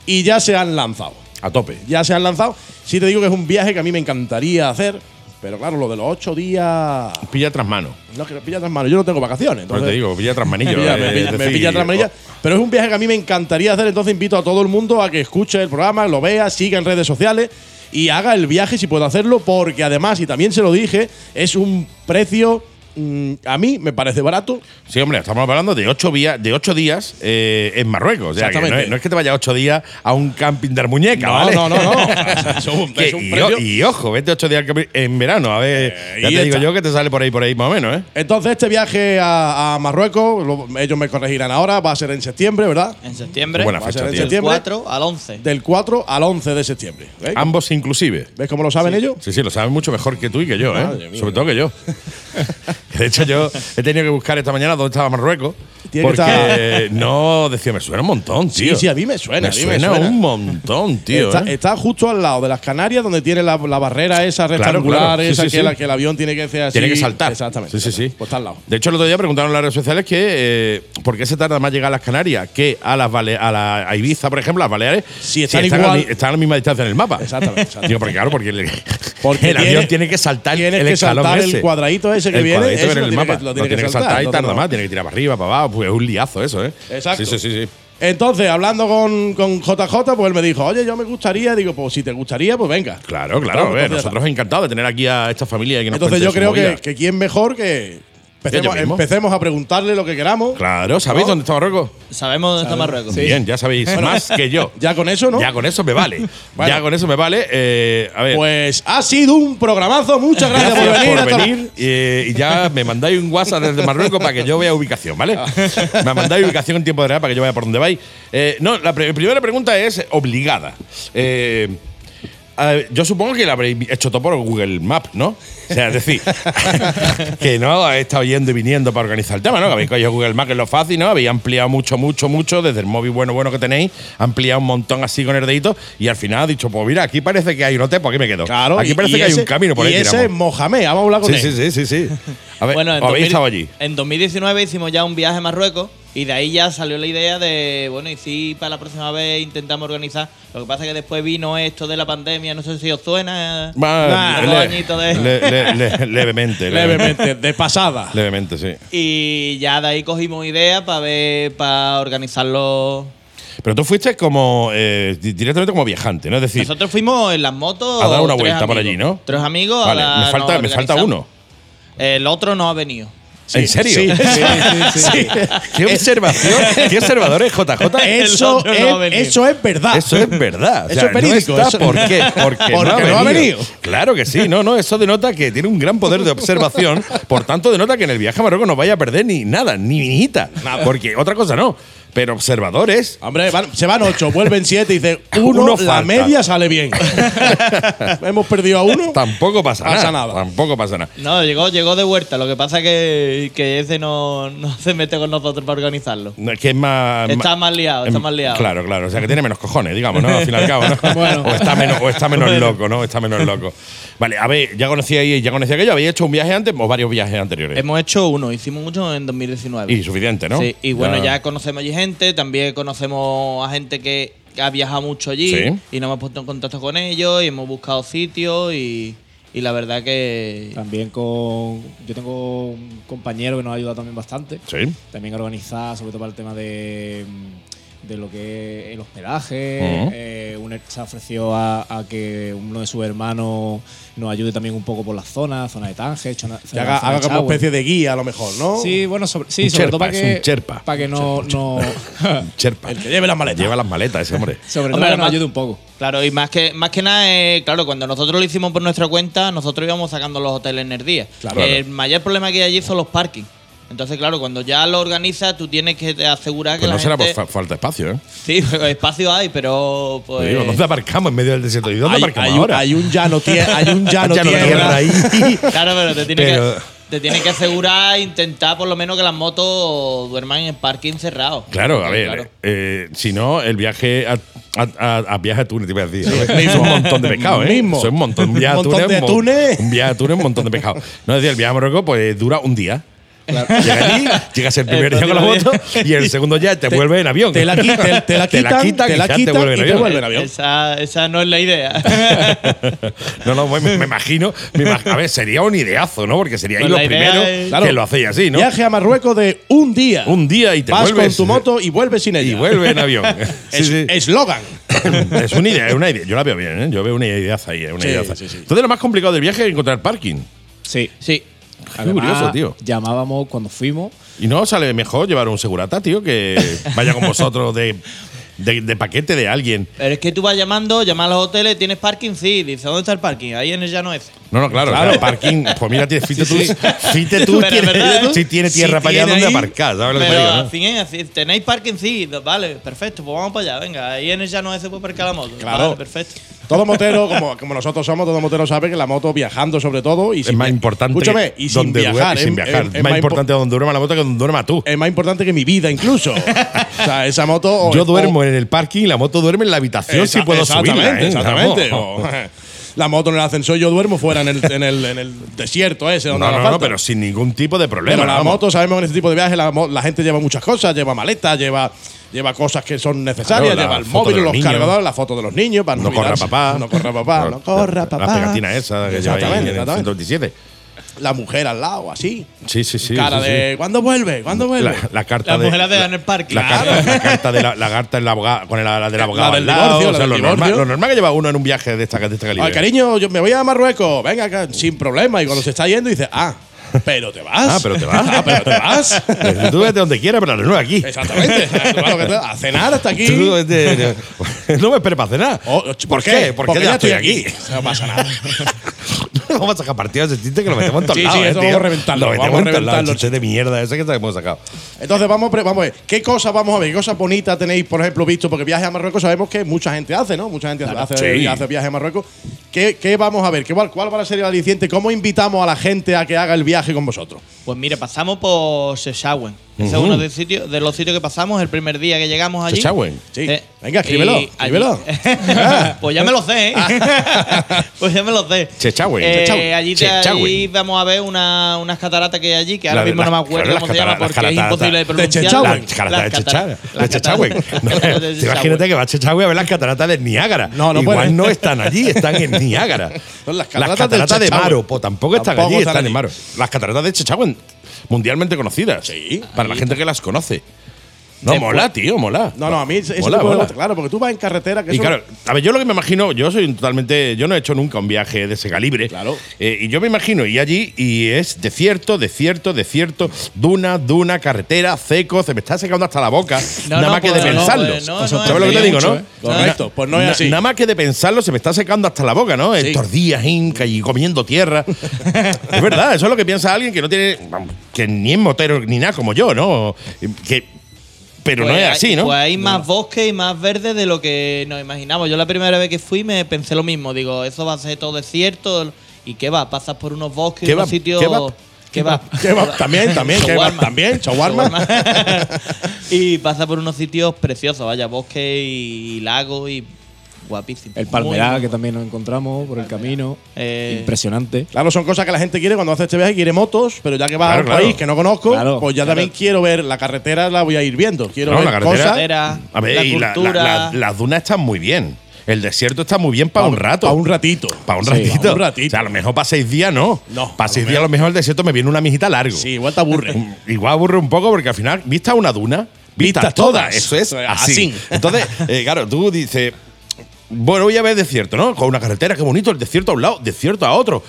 Speaker 6: Y ya se han lanzado,
Speaker 5: a tope.
Speaker 6: ya se han lanzado. Sí te digo que es un viaje que a mí me encantaría hacer, pero claro, lo de los ocho días...
Speaker 5: Pilla tras mano.
Speaker 6: No, que me pilla tras manos, yo no tengo vacaciones.
Speaker 5: Pero te
Speaker 6: entonces-
Speaker 5: digo, pilla tras manillo.
Speaker 6: me pilla,
Speaker 5: eh,
Speaker 6: me
Speaker 5: es
Speaker 6: pilla- me
Speaker 5: decir, oh,
Speaker 6: pilla tras manilla. Pero es un viaje que a mí me encantaría hacer, entonces invito a todo el mundo a que escuche el programa, lo vea, siga en redes sociales y haga el viaje si puede hacerlo, porque además, y también se lo dije, es un precio, mm, a mí me parece barato.
Speaker 5: Sí, hombre, estamos hablando de ocho, vía- de ocho días eh, en Marruecos. O sea, que no,
Speaker 6: Exactamente.
Speaker 5: es, no es que te vayas ocho días a un camping de muñeca,
Speaker 6: No,
Speaker 5: ¿vale?
Speaker 6: no, no, no. Es un-
Speaker 5: Que-
Speaker 6: es un
Speaker 5: y,
Speaker 6: precio.
Speaker 5: o- y ojo, vete ocho días al camping en verano. A ver,
Speaker 6: Eh,
Speaker 5: ya
Speaker 6: y
Speaker 5: te digo
Speaker 6: esta.
Speaker 5: yo que te sale por ahí, por ahí más o menos, ¿eh?
Speaker 6: Entonces, este viaje a, a Marruecos, lo- ellos me corregirán ahora, va a ser en septiembre, ¿verdad?
Speaker 9: En septiembre.
Speaker 5: Buena
Speaker 6: Va a
Speaker 5: fecha,
Speaker 6: ser en
Speaker 5: tío.
Speaker 9: Del
Speaker 6: septiembre.
Speaker 9: 4 al 11.
Speaker 6: Del 4 al 11 de septiembre. ¿Veis,
Speaker 5: Ambos inclusive.
Speaker 6: ¿Ves cómo lo saben ellos?
Speaker 5: Sí, sí, lo sabes mucho mejor que tú y que yo,
Speaker 6: Madre
Speaker 5: ¿eh?
Speaker 6: mía.
Speaker 5: Sobre todo que yo. De hecho, yo he tenido que buscar esta mañana dónde estaba Marruecos.
Speaker 6: Tiene que
Speaker 5: Porque
Speaker 6: estar-
Speaker 5: no, decía, me suena un montón,
Speaker 6: Sí,
Speaker 5: tío.
Speaker 6: sí, a mí me suena,
Speaker 5: Me
Speaker 6: a mí
Speaker 5: suena,
Speaker 6: me suena.
Speaker 5: un montón, tío.
Speaker 6: está,
Speaker 5: ¿eh?
Speaker 6: está justo al lado de las Canarias, donde tiene la, la barrera esa rectangular,
Speaker 5: claro. Sí,
Speaker 6: esa
Speaker 5: sí,
Speaker 6: que,
Speaker 5: sí.
Speaker 6: La, que el avión tiene que hacer así.
Speaker 5: Tiene que saltar.
Speaker 6: Exactamente.
Speaker 5: Sí, sí, sí.
Speaker 6: Pues está al lado.
Speaker 5: De hecho, el otro día preguntaron en las redes sociales que eh, por qué se tarda más llegar a las Canarias que a las Bale- a, la, a Ibiza, por ejemplo, a las Baleares.
Speaker 6: Si están
Speaker 5: a la
Speaker 6: igual-
Speaker 5: mi- están a la misma distancia en el mapa.
Speaker 6: Exactamente, exactamente.
Speaker 5: Digo, porque claro, porque el,
Speaker 6: Porque
Speaker 5: el avión tiene que saltar
Speaker 6: tienes
Speaker 5: el
Speaker 6: que
Speaker 5: escalón
Speaker 6: saltar
Speaker 5: ese.
Speaker 6: el cuadradito ese que
Speaker 5: El
Speaker 6: viene,
Speaker 5: cuadradito
Speaker 6: eso
Speaker 5: en
Speaker 6: lo
Speaker 5: el
Speaker 6: tiene que-
Speaker 5: mapa.
Speaker 6: lo tiene que
Speaker 5: saltar,
Speaker 6: saltar,
Speaker 5: y
Speaker 6: entonces
Speaker 5: tarda
Speaker 6: no.
Speaker 5: más, tiene que tirar para arriba, para abajo, pues es un liazo eso, ¿eh?
Speaker 6: Exacto.
Speaker 5: Sí, sí, sí. sí.
Speaker 6: Entonces, hablando con, con JJ, pues él me dijo, oye, yo me gustaría. Digo, pues si te gustaría, pues venga.
Speaker 5: Claro, claro.
Speaker 6: Claro,
Speaker 5: a ver,
Speaker 6: entonces ya está.
Speaker 5: nosotros encantados de tener aquí a esta familia que nos
Speaker 6: Entonces
Speaker 5: cuente
Speaker 6: yo
Speaker 5: su
Speaker 6: creo
Speaker 5: movida.
Speaker 6: que, que quién mejor que
Speaker 5: Ellos
Speaker 6: empecemos,
Speaker 5: mismos.
Speaker 6: empecemos a preguntarle lo que queramos.
Speaker 5: Claro, ¿sabéis
Speaker 6: ¿No?
Speaker 5: dónde está Marruecos?
Speaker 9: Sabemos dónde está Marruecos.
Speaker 5: Bien, ya sabéis más que yo.
Speaker 6: Ya con eso, ¿no?
Speaker 5: Ya con eso me vale.
Speaker 6: Bueno.
Speaker 5: Ya con eso me vale. Eh, a ver.
Speaker 6: Pues ha sido un programazo. Muchas gracias,
Speaker 5: Gracias por venir.
Speaker 6: hasta la-
Speaker 5: eh, y ya me mandáis un WhatsApp desde Marruecos para que yo vea ubicación, ¿vale? Me mandáis ubicación en tiempo de real para que yo vea por dónde vais. Eh, no, la pre- primera pregunta es obligada. Eh, a ver, yo supongo que la habréis hecho todo por Google Maps, ¿no? O sea, es decir, que no habéis estado yendo y viniendo para organizar el tema, ¿no? Que habéis cogido Google Maps, que es lo fácil, ¿no? Habéis ampliado mucho, mucho, mucho desde el móvil bueno, bueno que tenéis, ampliado un montón así con el dedito y al final ha dicho, pues mira, aquí parece que hay un hotel, pues aquí me quedo.
Speaker 6: Claro,
Speaker 5: aquí
Speaker 6: y-
Speaker 5: parece
Speaker 6: y
Speaker 5: que hay un
Speaker 6: ese-
Speaker 5: camino por ahí.
Speaker 6: Y ese es
Speaker 5: tiramos.
Speaker 6: Mohamed, vamos a hablar con
Speaker 5: Sí,
Speaker 6: él.
Speaker 5: sí, sí, sí, sí. A ver,
Speaker 9: Bueno, en,
Speaker 5: habéis
Speaker 9: 2000
Speaker 5: estado allí.
Speaker 9: en 2019 hicimos ya un viaje a Marruecos y de ahí ya salió la idea de, bueno, y si para la próxima vez intentamos organizar. Lo que pasa es que después vino esto de la pandemia, no sé si os suena. eh,
Speaker 5: Va,
Speaker 9: dos añitos de-
Speaker 5: le- le- le- levemente, levemente.
Speaker 6: Levemente, de pasada.
Speaker 5: Levemente, sí.
Speaker 9: Y ya de ahí cogimos ideas para ver, para organizarlo.
Speaker 5: Pero tú fuiste como eh, di- directamente como viajante, ¿no? Es decir,
Speaker 9: Nosotros fuimos en las motos.
Speaker 5: a dar una
Speaker 9: tres
Speaker 5: vuelta por
Speaker 9: amigos.
Speaker 5: allí, ¿no?
Speaker 9: Tres amigos.
Speaker 5: Vale,
Speaker 9: ahora
Speaker 5: me falta,
Speaker 9: nos
Speaker 5: me falta
Speaker 9: organizamos.
Speaker 5: uno.
Speaker 9: El otro no ha venido.
Speaker 5: ¿En serio? ¿Qué observación? ¿Qué observador es JJ?
Speaker 6: Eso,
Speaker 9: otro no
Speaker 6: es,
Speaker 9: va a venir.
Speaker 6: eso es verdad.
Speaker 5: Eso es verdad. O
Speaker 6: Eso
Speaker 5: sea,
Speaker 6: es verídico,
Speaker 5: No está
Speaker 6: eso-
Speaker 5: ¿Por qué? Porque,
Speaker 6: Porque no ha venido.
Speaker 5: Claro que sí. No, no, eso denota que tiene un gran poder de observación. Por tanto, denota que en el viaje a Marruecos no vaya a perder ni nada, ni niñita. Porque otra cosa no. Pero observadores.
Speaker 6: Hombre, van- se van ocho, vuelven siete y dice uno,
Speaker 5: Uno falta.
Speaker 6: la media sale bien. Hemos perdido a uno.
Speaker 5: Tampoco pasa,
Speaker 6: Pasa
Speaker 5: nada.
Speaker 6: nada.
Speaker 5: Tampoco pasa nada.
Speaker 9: No, llegó, llegó de vuelta. Lo que pasa que, que ese no, no se mete con nosotros para organizarlo.
Speaker 5: No, es que es más.
Speaker 9: Está más liado, está
Speaker 5: em,
Speaker 9: más liado.
Speaker 5: Claro, claro. O sea, que tiene menos cojones, digamos, ¿no? Al fin y al cabo, ¿no? O está menos, o está menos loco, ¿no? Está menos loco. Vale, a ver, ya conocía ahí, ya conocía aquello. Había hecho un viaje antes o varios viajes anteriores.
Speaker 9: Hemos hecho uno, hicimos uno en 2019.
Speaker 5: y suficiente, ¿no?
Speaker 9: Sí, y bueno, ya. conocemos allí gente, también conocemos a gente que ha viajado mucho allí
Speaker 5: Sí.
Speaker 9: y nos hemos puesto en contacto con ellos y hemos buscado sitios y, y la verdad que...
Speaker 10: También con. Yo tengo un compañero que nos ha ayudado también bastante.
Speaker 5: Sí.
Speaker 10: También a organizar, sobre todo para el tema de. mm, de lo que es el hospedaje.
Speaker 5: Ujú.
Speaker 10: eh, un- se ofreció a, a que uno de sus hermanos nos ayude también un poco por la zona, zona de Tange, zona,
Speaker 6: Que haga,
Speaker 10: zona de
Speaker 6: haga como
Speaker 10: Chagüe.
Speaker 6: especie de guía, a lo mejor, ¿no?
Speaker 10: Sí, bueno, sobre, sí,
Speaker 5: Un
Speaker 10: sobre todo
Speaker 5: Sherpa,
Speaker 10: para
Speaker 5: es
Speaker 10: que,
Speaker 5: un Sherpa.
Speaker 10: para que no, no
Speaker 5: Sherpa.
Speaker 6: El que lleve las maletas.
Speaker 5: Lleva las maletas ese hombre.
Speaker 10: sobre
Speaker 9: Hombre,
Speaker 10: todo que nos
Speaker 9: además-
Speaker 10: ayude un poco.
Speaker 9: Claro, y más que, más que nada, eh, claro, cuando nosotros lo hicimos por nuestra cuenta, nosotros íbamos sacando los hoteles en el día.
Speaker 5: Claro.
Speaker 9: el mayor problema que hay allí son los parkings. Entonces, claro, cuando ya lo organizas, tú tienes que te asegurar que
Speaker 5: Pues
Speaker 9: la
Speaker 5: no será por
Speaker 9: gente-
Speaker 5: fa- falta de espacio, ¿eh?
Speaker 9: Sí, pues, espacio hay, pero
Speaker 5: Te
Speaker 9: pues...
Speaker 5: digo, ¿dónde aparcamos en medio del desierto? ¿Y dónde
Speaker 6: hay,
Speaker 5: aparcamos
Speaker 6: hay un-
Speaker 5: ahora?
Speaker 6: hay un llano, tie- hay un llano,
Speaker 5: Ya no
Speaker 6: tierra.
Speaker 5: tierra ahí.
Speaker 9: Claro, pero te tienes
Speaker 5: Pero-
Speaker 9: que te tienes que asegurar, intentar por lo menos que las motos duerman en parking cerrado.
Speaker 5: Claro, a ver,
Speaker 9: Claro.
Speaker 5: eh, si no, el viaje a, a, a- a viaje a Túnez, te iba a decir. Es un montón de pescado, ¿eh?
Speaker 6: Mismo.
Speaker 5: Eso es un montón. Un viaje a
Speaker 6: Un montón
Speaker 5: Túnez.
Speaker 6: de
Speaker 5: un mo-
Speaker 6: atunes.
Speaker 5: Un viaje a Túnez, un montón de pescado. No, es decir, el viaje a Marruecos pues, dura un día. Llega allí, llegas el
Speaker 6: Eh,
Speaker 5: primer día con la moto y el segundo ya te, vuelve en avión.
Speaker 6: te la qui- te- te la quitan, te la
Speaker 5: quizás
Speaker 6: quitan
Speaker 5: eh, vuelve en
Speaker 6: y te
Speaker 5: avión.
Speaker 6: vuelve en avión.
Speaker 9: Esa, esa no es la idea.
Speaker 5: No, no, me, me imagino, me imag- A ver, sería un ideazo, ¿no? Porque sería ahí
Speaker 9: Pues
Speaker 5: lo
Speaker 9: la idea
Speaker 5: primero
Speaker 9: es-
Speaker 5: que lo hacéis así, ¿no?
Speaker 6: Viaje a Marruecos de un día.
Speaker 5: Un día y te
Speaker 6: Vas
Speaker 5: vuelves.
Speaker 6: con tu moto y vuelves sin ella.
Speaker 5: y vuelve en avión. Sí,
Speaker 6: Es-
Speaker 5: sí.
Speaker 6: Eslogan.
Speaker 5: es una idea, es una idea. Yo la veo bien, ¿eh? Yo veo una ideaza ahí, una
Speaker 6: Sí,
Speaker 5: ideaza.
Speaker 6: sí, sí.
Speaker 5: Entonces lo más complicado del viaje es encontrar parking.
Speaker 10: Sí.
Speaker 9: sí.
Speaker 5: Qué curioso, tío.
Speaker 10: Llamábamos cuando fuimos.
Speaker 5: Y no sale mejor llevar un segurata, tío, que vaya con vosotros de, de- de paquete de alguien.
Speaker 9: Pero es que tú vas llamando, llamas a los hoteles, tienes parking, sí. Dice, ¿dónde está el parking? Ahí en el llano ese.
Speaker 5: No, no, claro, claro. parking. Pues mira, tiene fíjate tú, fíjate tú
Speaker 9: Pero es
Speaker 5: tiene-
Speaker 9: verdad, ¿eh?
Speaker 5: si tiene tierra
Speaker 9: Si
Speaker 5: para allá
Speaker 9: tiene
Speaker 5: donde
Speaker 9: ahí,
Speaker 5: aparcar, ¿sabes lo que te
Speaker 9: pero
Speaker 5: digo, no?
Speaker 9: al fin es así, tenéis parking, sí. Vale, perfecto, pues vamos para allá. Venga, ahí en el llano ese puede aparcar la moto.
Speaker 6: Claro.
Speaker 9: Vale, perfecto.
Speaker 6: Todo motero, como, como nosotros somos, todo motero sabe que la moto viajando sobre todo. Y
Speaker 5: Es más importante
Speaker 6: Escúchame, y sin
Speaker 5: donde duer-
Speaker 6: viajar.
Speaker 5: y sin
Speaker 6: es-
Speaker 5: viajar.
Speaker 6: es-
Speaker 5: Es,
Speaker 6: es
Speaker 5: más
Speaker 6: impo- Eh,
Speaker 5: importante donde duerma la moto que donde duerma tú.
Speaker 6: Es más importante que mi vida, incluso. o sea, esa moto. o-
Speaker 5: Yo
Speaker 6: o-
Speaker 5: duermo en el parking y la moto duerme en la habitación si
Speaker 6: Exa-
Speaker 5: puedo
Speaker 6: exactamente,
Speaker 5: subirla. ¿eh?
Speaker 6: Exactamente.
Speaker 5: Vamos.
Speaker 6: O- la moto en el ascensor, yo duermo fuera en el, en el, en el desierto ese.
Speaker 5: No,
Speaker 6: Donde haga
Speaker 5: no, no,
Speaker 6: falta.
Speaker 5: pero sin ningún tipo de problema.
Speaker 6: Pero la
Speaker 5: vamos.
Speaker 6: moto, sabemos que en este tipo de viajes la, mo- la gente lleva muchas cosas, lleva maletas, lleva, lleva cosas que son necesarias,
Speaker 5: Claro, la
Speaker 6: lleva el
Speaker 5: foto de
Speaker 6: móvil,
Speaker 5: los
Speaker 6: los
Speaker 5: niños.
Speaker 6: cargadores, la foto de los niños, para
Speaker 5: No corra
Speaker 6: olvidarse.
Speaker 5: papá.
Speaker 6: no corra papá, no corra papá.
Speaker 5: La pegatina esa que lleva ahí en
Speaker 6: Exactamente,
Speaker 5: el
Speaker 6: exactamente.
Speaker 5: 127.
Speaker 6: La mujer al lado, así.
Speaker 5: Sí, sí, sí.
Speaker 6: cara
Speaker 5: sí, sí.
Speaker 6: de ¿cuándo vuelve? ¿Cuándo vuelve?
Speaker 5: La, la carta
Speaker 9: Las
Speaker 5: de.
Speaker 9: mujeres de
Speaker 5: la-
Speaker 9: en el parking.
Speaker 5: la carta, la carta de la, la carta en la abogada, con la, la del abogado
Speaker 6: del
Speaker 5: al lado,
Speaker 6: divorcio,
Speaker 5: o
Speaker 6: la
Speaker 5: sea,
Speaker 6: del
Speaker 5: lo, normal,
Speaker 6: divorcio.
Speaker 5: lo normal que lleva uno en un viaje de esta, de esta calidad.
Speaker 6: Ay, cariño, yo me voy a Marruecos, venga acá, sin problema. Y cuando se está yendo, dice, ah, pero te vas.
Speaker 5: Ah, pero te vas.
Speaker 6: Ah, pero te vas.
Speaker 5: Eh, Tú vete donde quieras, pero no aquí.
Speaker 6: Exactamente. Claro que te- A cenar hasta aquí.
Speaker 5: Tú vete- no me esperes para cenar.
Speaker 6: Oh,
Speaker 5: ¿Por qué? ¿Por qué ya estoy aquí?
Speaker 6: No pasa nada.
Speaker 5: vamos a sacar partido de ese chiste que lo metemos en todos
Speaker 6: Sí, sí,
Speaker 5: lados. eh,
Speaker 6: eso
Speaker 5: tío.
Speaker 6: vamos a reventarlo,
Speaker 5: Lo metemos
Speaker 6: vamos a
Speaker 5: en todos lados, el
Speaker 6: reventarlo.
Speaker 5: chiste de mierda ese que hemos sacado.
Speaker 6: Entonces vamos, a pre- vamos a ver, ¿qué cosas vamos a ver? ¿Qué cosas bonitas tenéis, por ejemplo, visto? Porque viajes a Marruecos sabemos que mucha gente hace, ¿no? Mucha gente hace,
Speaker 5: sí.
Speaker 6: hace viajes a Marruecos. ¿Qué, qué vamos a ver? ¿Qué, cuál, ¿Cuál va a ser el aliciente? ¿Cómo invitamos a la gente a que haga el viaje con vosotros?
Speaker 9: Pues mire, pasamos por Sechagüen. Ese es uno de, sitio- de los sitios que pasamos el primer día que llegamos allí.
Speaker 5: Sechagüen.
Speaker 6: Sí. Venga, escríbelo,
Speaker 9: Eh, y allí-
Speaker 6: escríbelo.
Speaker 9: pues ya me lo sé, ¿eh?
Speaker 5: Ah.
Speaker 9: pues ya me lo sé.
Speaker 5: Sechagüen,
Speaker 9: Eh,
Speaker 5: Sechagüen,
Speaker 9: allí, te-
Speaker 5: Sechagüen.
Speaker 9: allí vamos a ver una- unas cataratas que hay allí, que ahora
Speaker 5: La de-
Speaker 9: mismo no
Speaker 5: la-
Speaker 9: me acuerdo
Speaker 5: claro, las
Speaker 9: cómo se llama,
Speaker 5: cataratas-
Speaker 9: porque es
Speaker 5: las
Speaker 9: imposible de
Speaker 5: cataratas-
Speaker 9: pronunciar.
Speaker 6: Chechagüen.
Speaker 5: Las cataratas de Chechagüen.
Speaker 9: las
Speaker 5: Las Chechagüen.
Speaker 9: cataratas-
Speaker 5: No,
Speaker 9: las cataratas de
Speaker 5: Imagínate que va a Chechagüen a ver las cataratas del Niágara.
Speaker 6: No, no
Speaker 5: Igual
Speaker 6: puede.
Speaker 5: no están allí, están en Niágara.
Speaker 6: Son las cataratas del
Speaker 5: de
Speaker 6: Chechagüen.
Speaker 5: Maro, po, tampoco están
Speaker 6: Tampoco
Speaker 5: allí,
Speaker 6: están
Speaker 5: están en
Speaker 6: allí.
Speaker 5: Maro. Las cataratas de Chechagüen, mundialmente conocidas.
Speaker 6: Sí.
Speaker 5: Para la gente que las conoce. No, mola, tío, mola.
Speaker 6: No, no, a mí ese
Speaker 5: mola,
Speaker 6: tipo de
Speaker 5: mola.
Speaker 6: cosas, claro, porque tú vas en carretera que
Speaker 5: Y
Speaker 6: eso-
Speaker 5: claro, a ver, yo lo que me imagino, yo soy un totalmente. Yo no he hecho nunca un viaje de ese calibre.
Speaker 6: Claro.
Speaker 5: Eh, y yo me imagino ir allí y es desierto, desierto, desierto, duna, duna, carretera, seco, se me está secando hasta la boca.
Speaker 9: No,
Speaker 5: nada
Speaker 9: no,
Speaker 5: más que
Speaker 9: pues,
Speaker 5: de
Speaker 9: no,
Speaker 5: pensarlo.
Speaker 9: pues, no, no,
Speaker 5: ¿Sabes lo que te
Speaker 9: es
Speaker 5: digo,
Speaker 9: mucho,
Speaker 5: no?
Speaker 9: ¿eh?
Speaker 6: Correcto, pues no es
Speaker 5: Na-
Speaker 6: así.
Speaker 5: Nada más que de pensarlo se me está secando hasta la boca, ¿no? Estos días inca y comiendo tierra. es verdad, eso es lo que piensa alguien que no tiene. vamos, que ni es motero ni nada como yo, ¿no? Que, pero no
Speaker 9: Pues
Speaker 5: es
Speaker 9: hay-
Speaker 5: así, ¿no?
Speaker 9: Pues hay más bosque y más verde de lo que nos imaginamos. Yo la primera vez que fui me pensé lo mismo. Digo, eso va a ser todo desierto. ¿Y qué va? Pasas por unos bosques,
Speaker 5: ¿Qué
Speaker 9: unos
Speaker 5: va?
Speaker 9: sitios.
Speaker 5: ¿Qué va?
Speaker 9: ¿Qué va?
Speaker 6: ¿Qué va? También, también, ¿qué va?
Speaker 9: Shawarma.
Speaker 6: También, shawarma.
Speaker 9: Shawarma. y pasa por unos sitios preciosos, vaya, bosque y lago y guapísimo.
Speaker 10: El
Speaker 9: Muy
Speaker 10: palmeral, que
Speaker 9: guapo.
Speaker 10: también nos encontramos por el camino.
Speaker 9: Eh,
Speaker 10: Impresionante.
Speaker 6: Claro, son cosas que la gente quiere cuando hace este viaje, quiere motos, pero ya que va a
Speaker 5: Claro,
Speaker 6: un
Speaker 5: claro.
Speaker 6: país que no conozco,
Speaker 10: Claro,
Speaker 6: pues ya
Speaker 10: claro.
Speaker 6: también quiero ver la carretera, la voy a ir viendo. Quiero
Speaker 5: No,
Speaker 6: ver
Speaker 5: la carretera-
Speaker 6: cosas.
Speaker 9: Era
Speaker 5: A ver,
Speaker 9: la
Speaker 5: y la- la-
Speaker 9: cultura.
Speaker 5: la- las dunas están muy bien. El desierto está muy bien para un rato.
Speaker 6: Para un ratito.
Speaker 5: Para un
Speaker 10: Sí,
Speaker 5: ratito.
Speaker 6: pa' un ratito.
Speaker 5: O sea, a lo mejor para seis días no.
Speaker 6: No, a
Speaker 5: Para
Speaker 6: lo
Speaker 5: seis días
Speaker 6: mejor.
Speaker 5: a lo mejor el desierto me viene una mijita largo.
Speaker 6: Sí, igual te aburre.
Speaker 5: Igual aburre un poco porque al final, vista una duna, Vistas todas. Eso es así.
Speaker 6: Así.
Speaker 5: Entonces, eh, claro, tú dices, bueno, voy a ver desierto, ¿no? Con una carretera, qué bonito, el desierto a un lado, desierto a otro,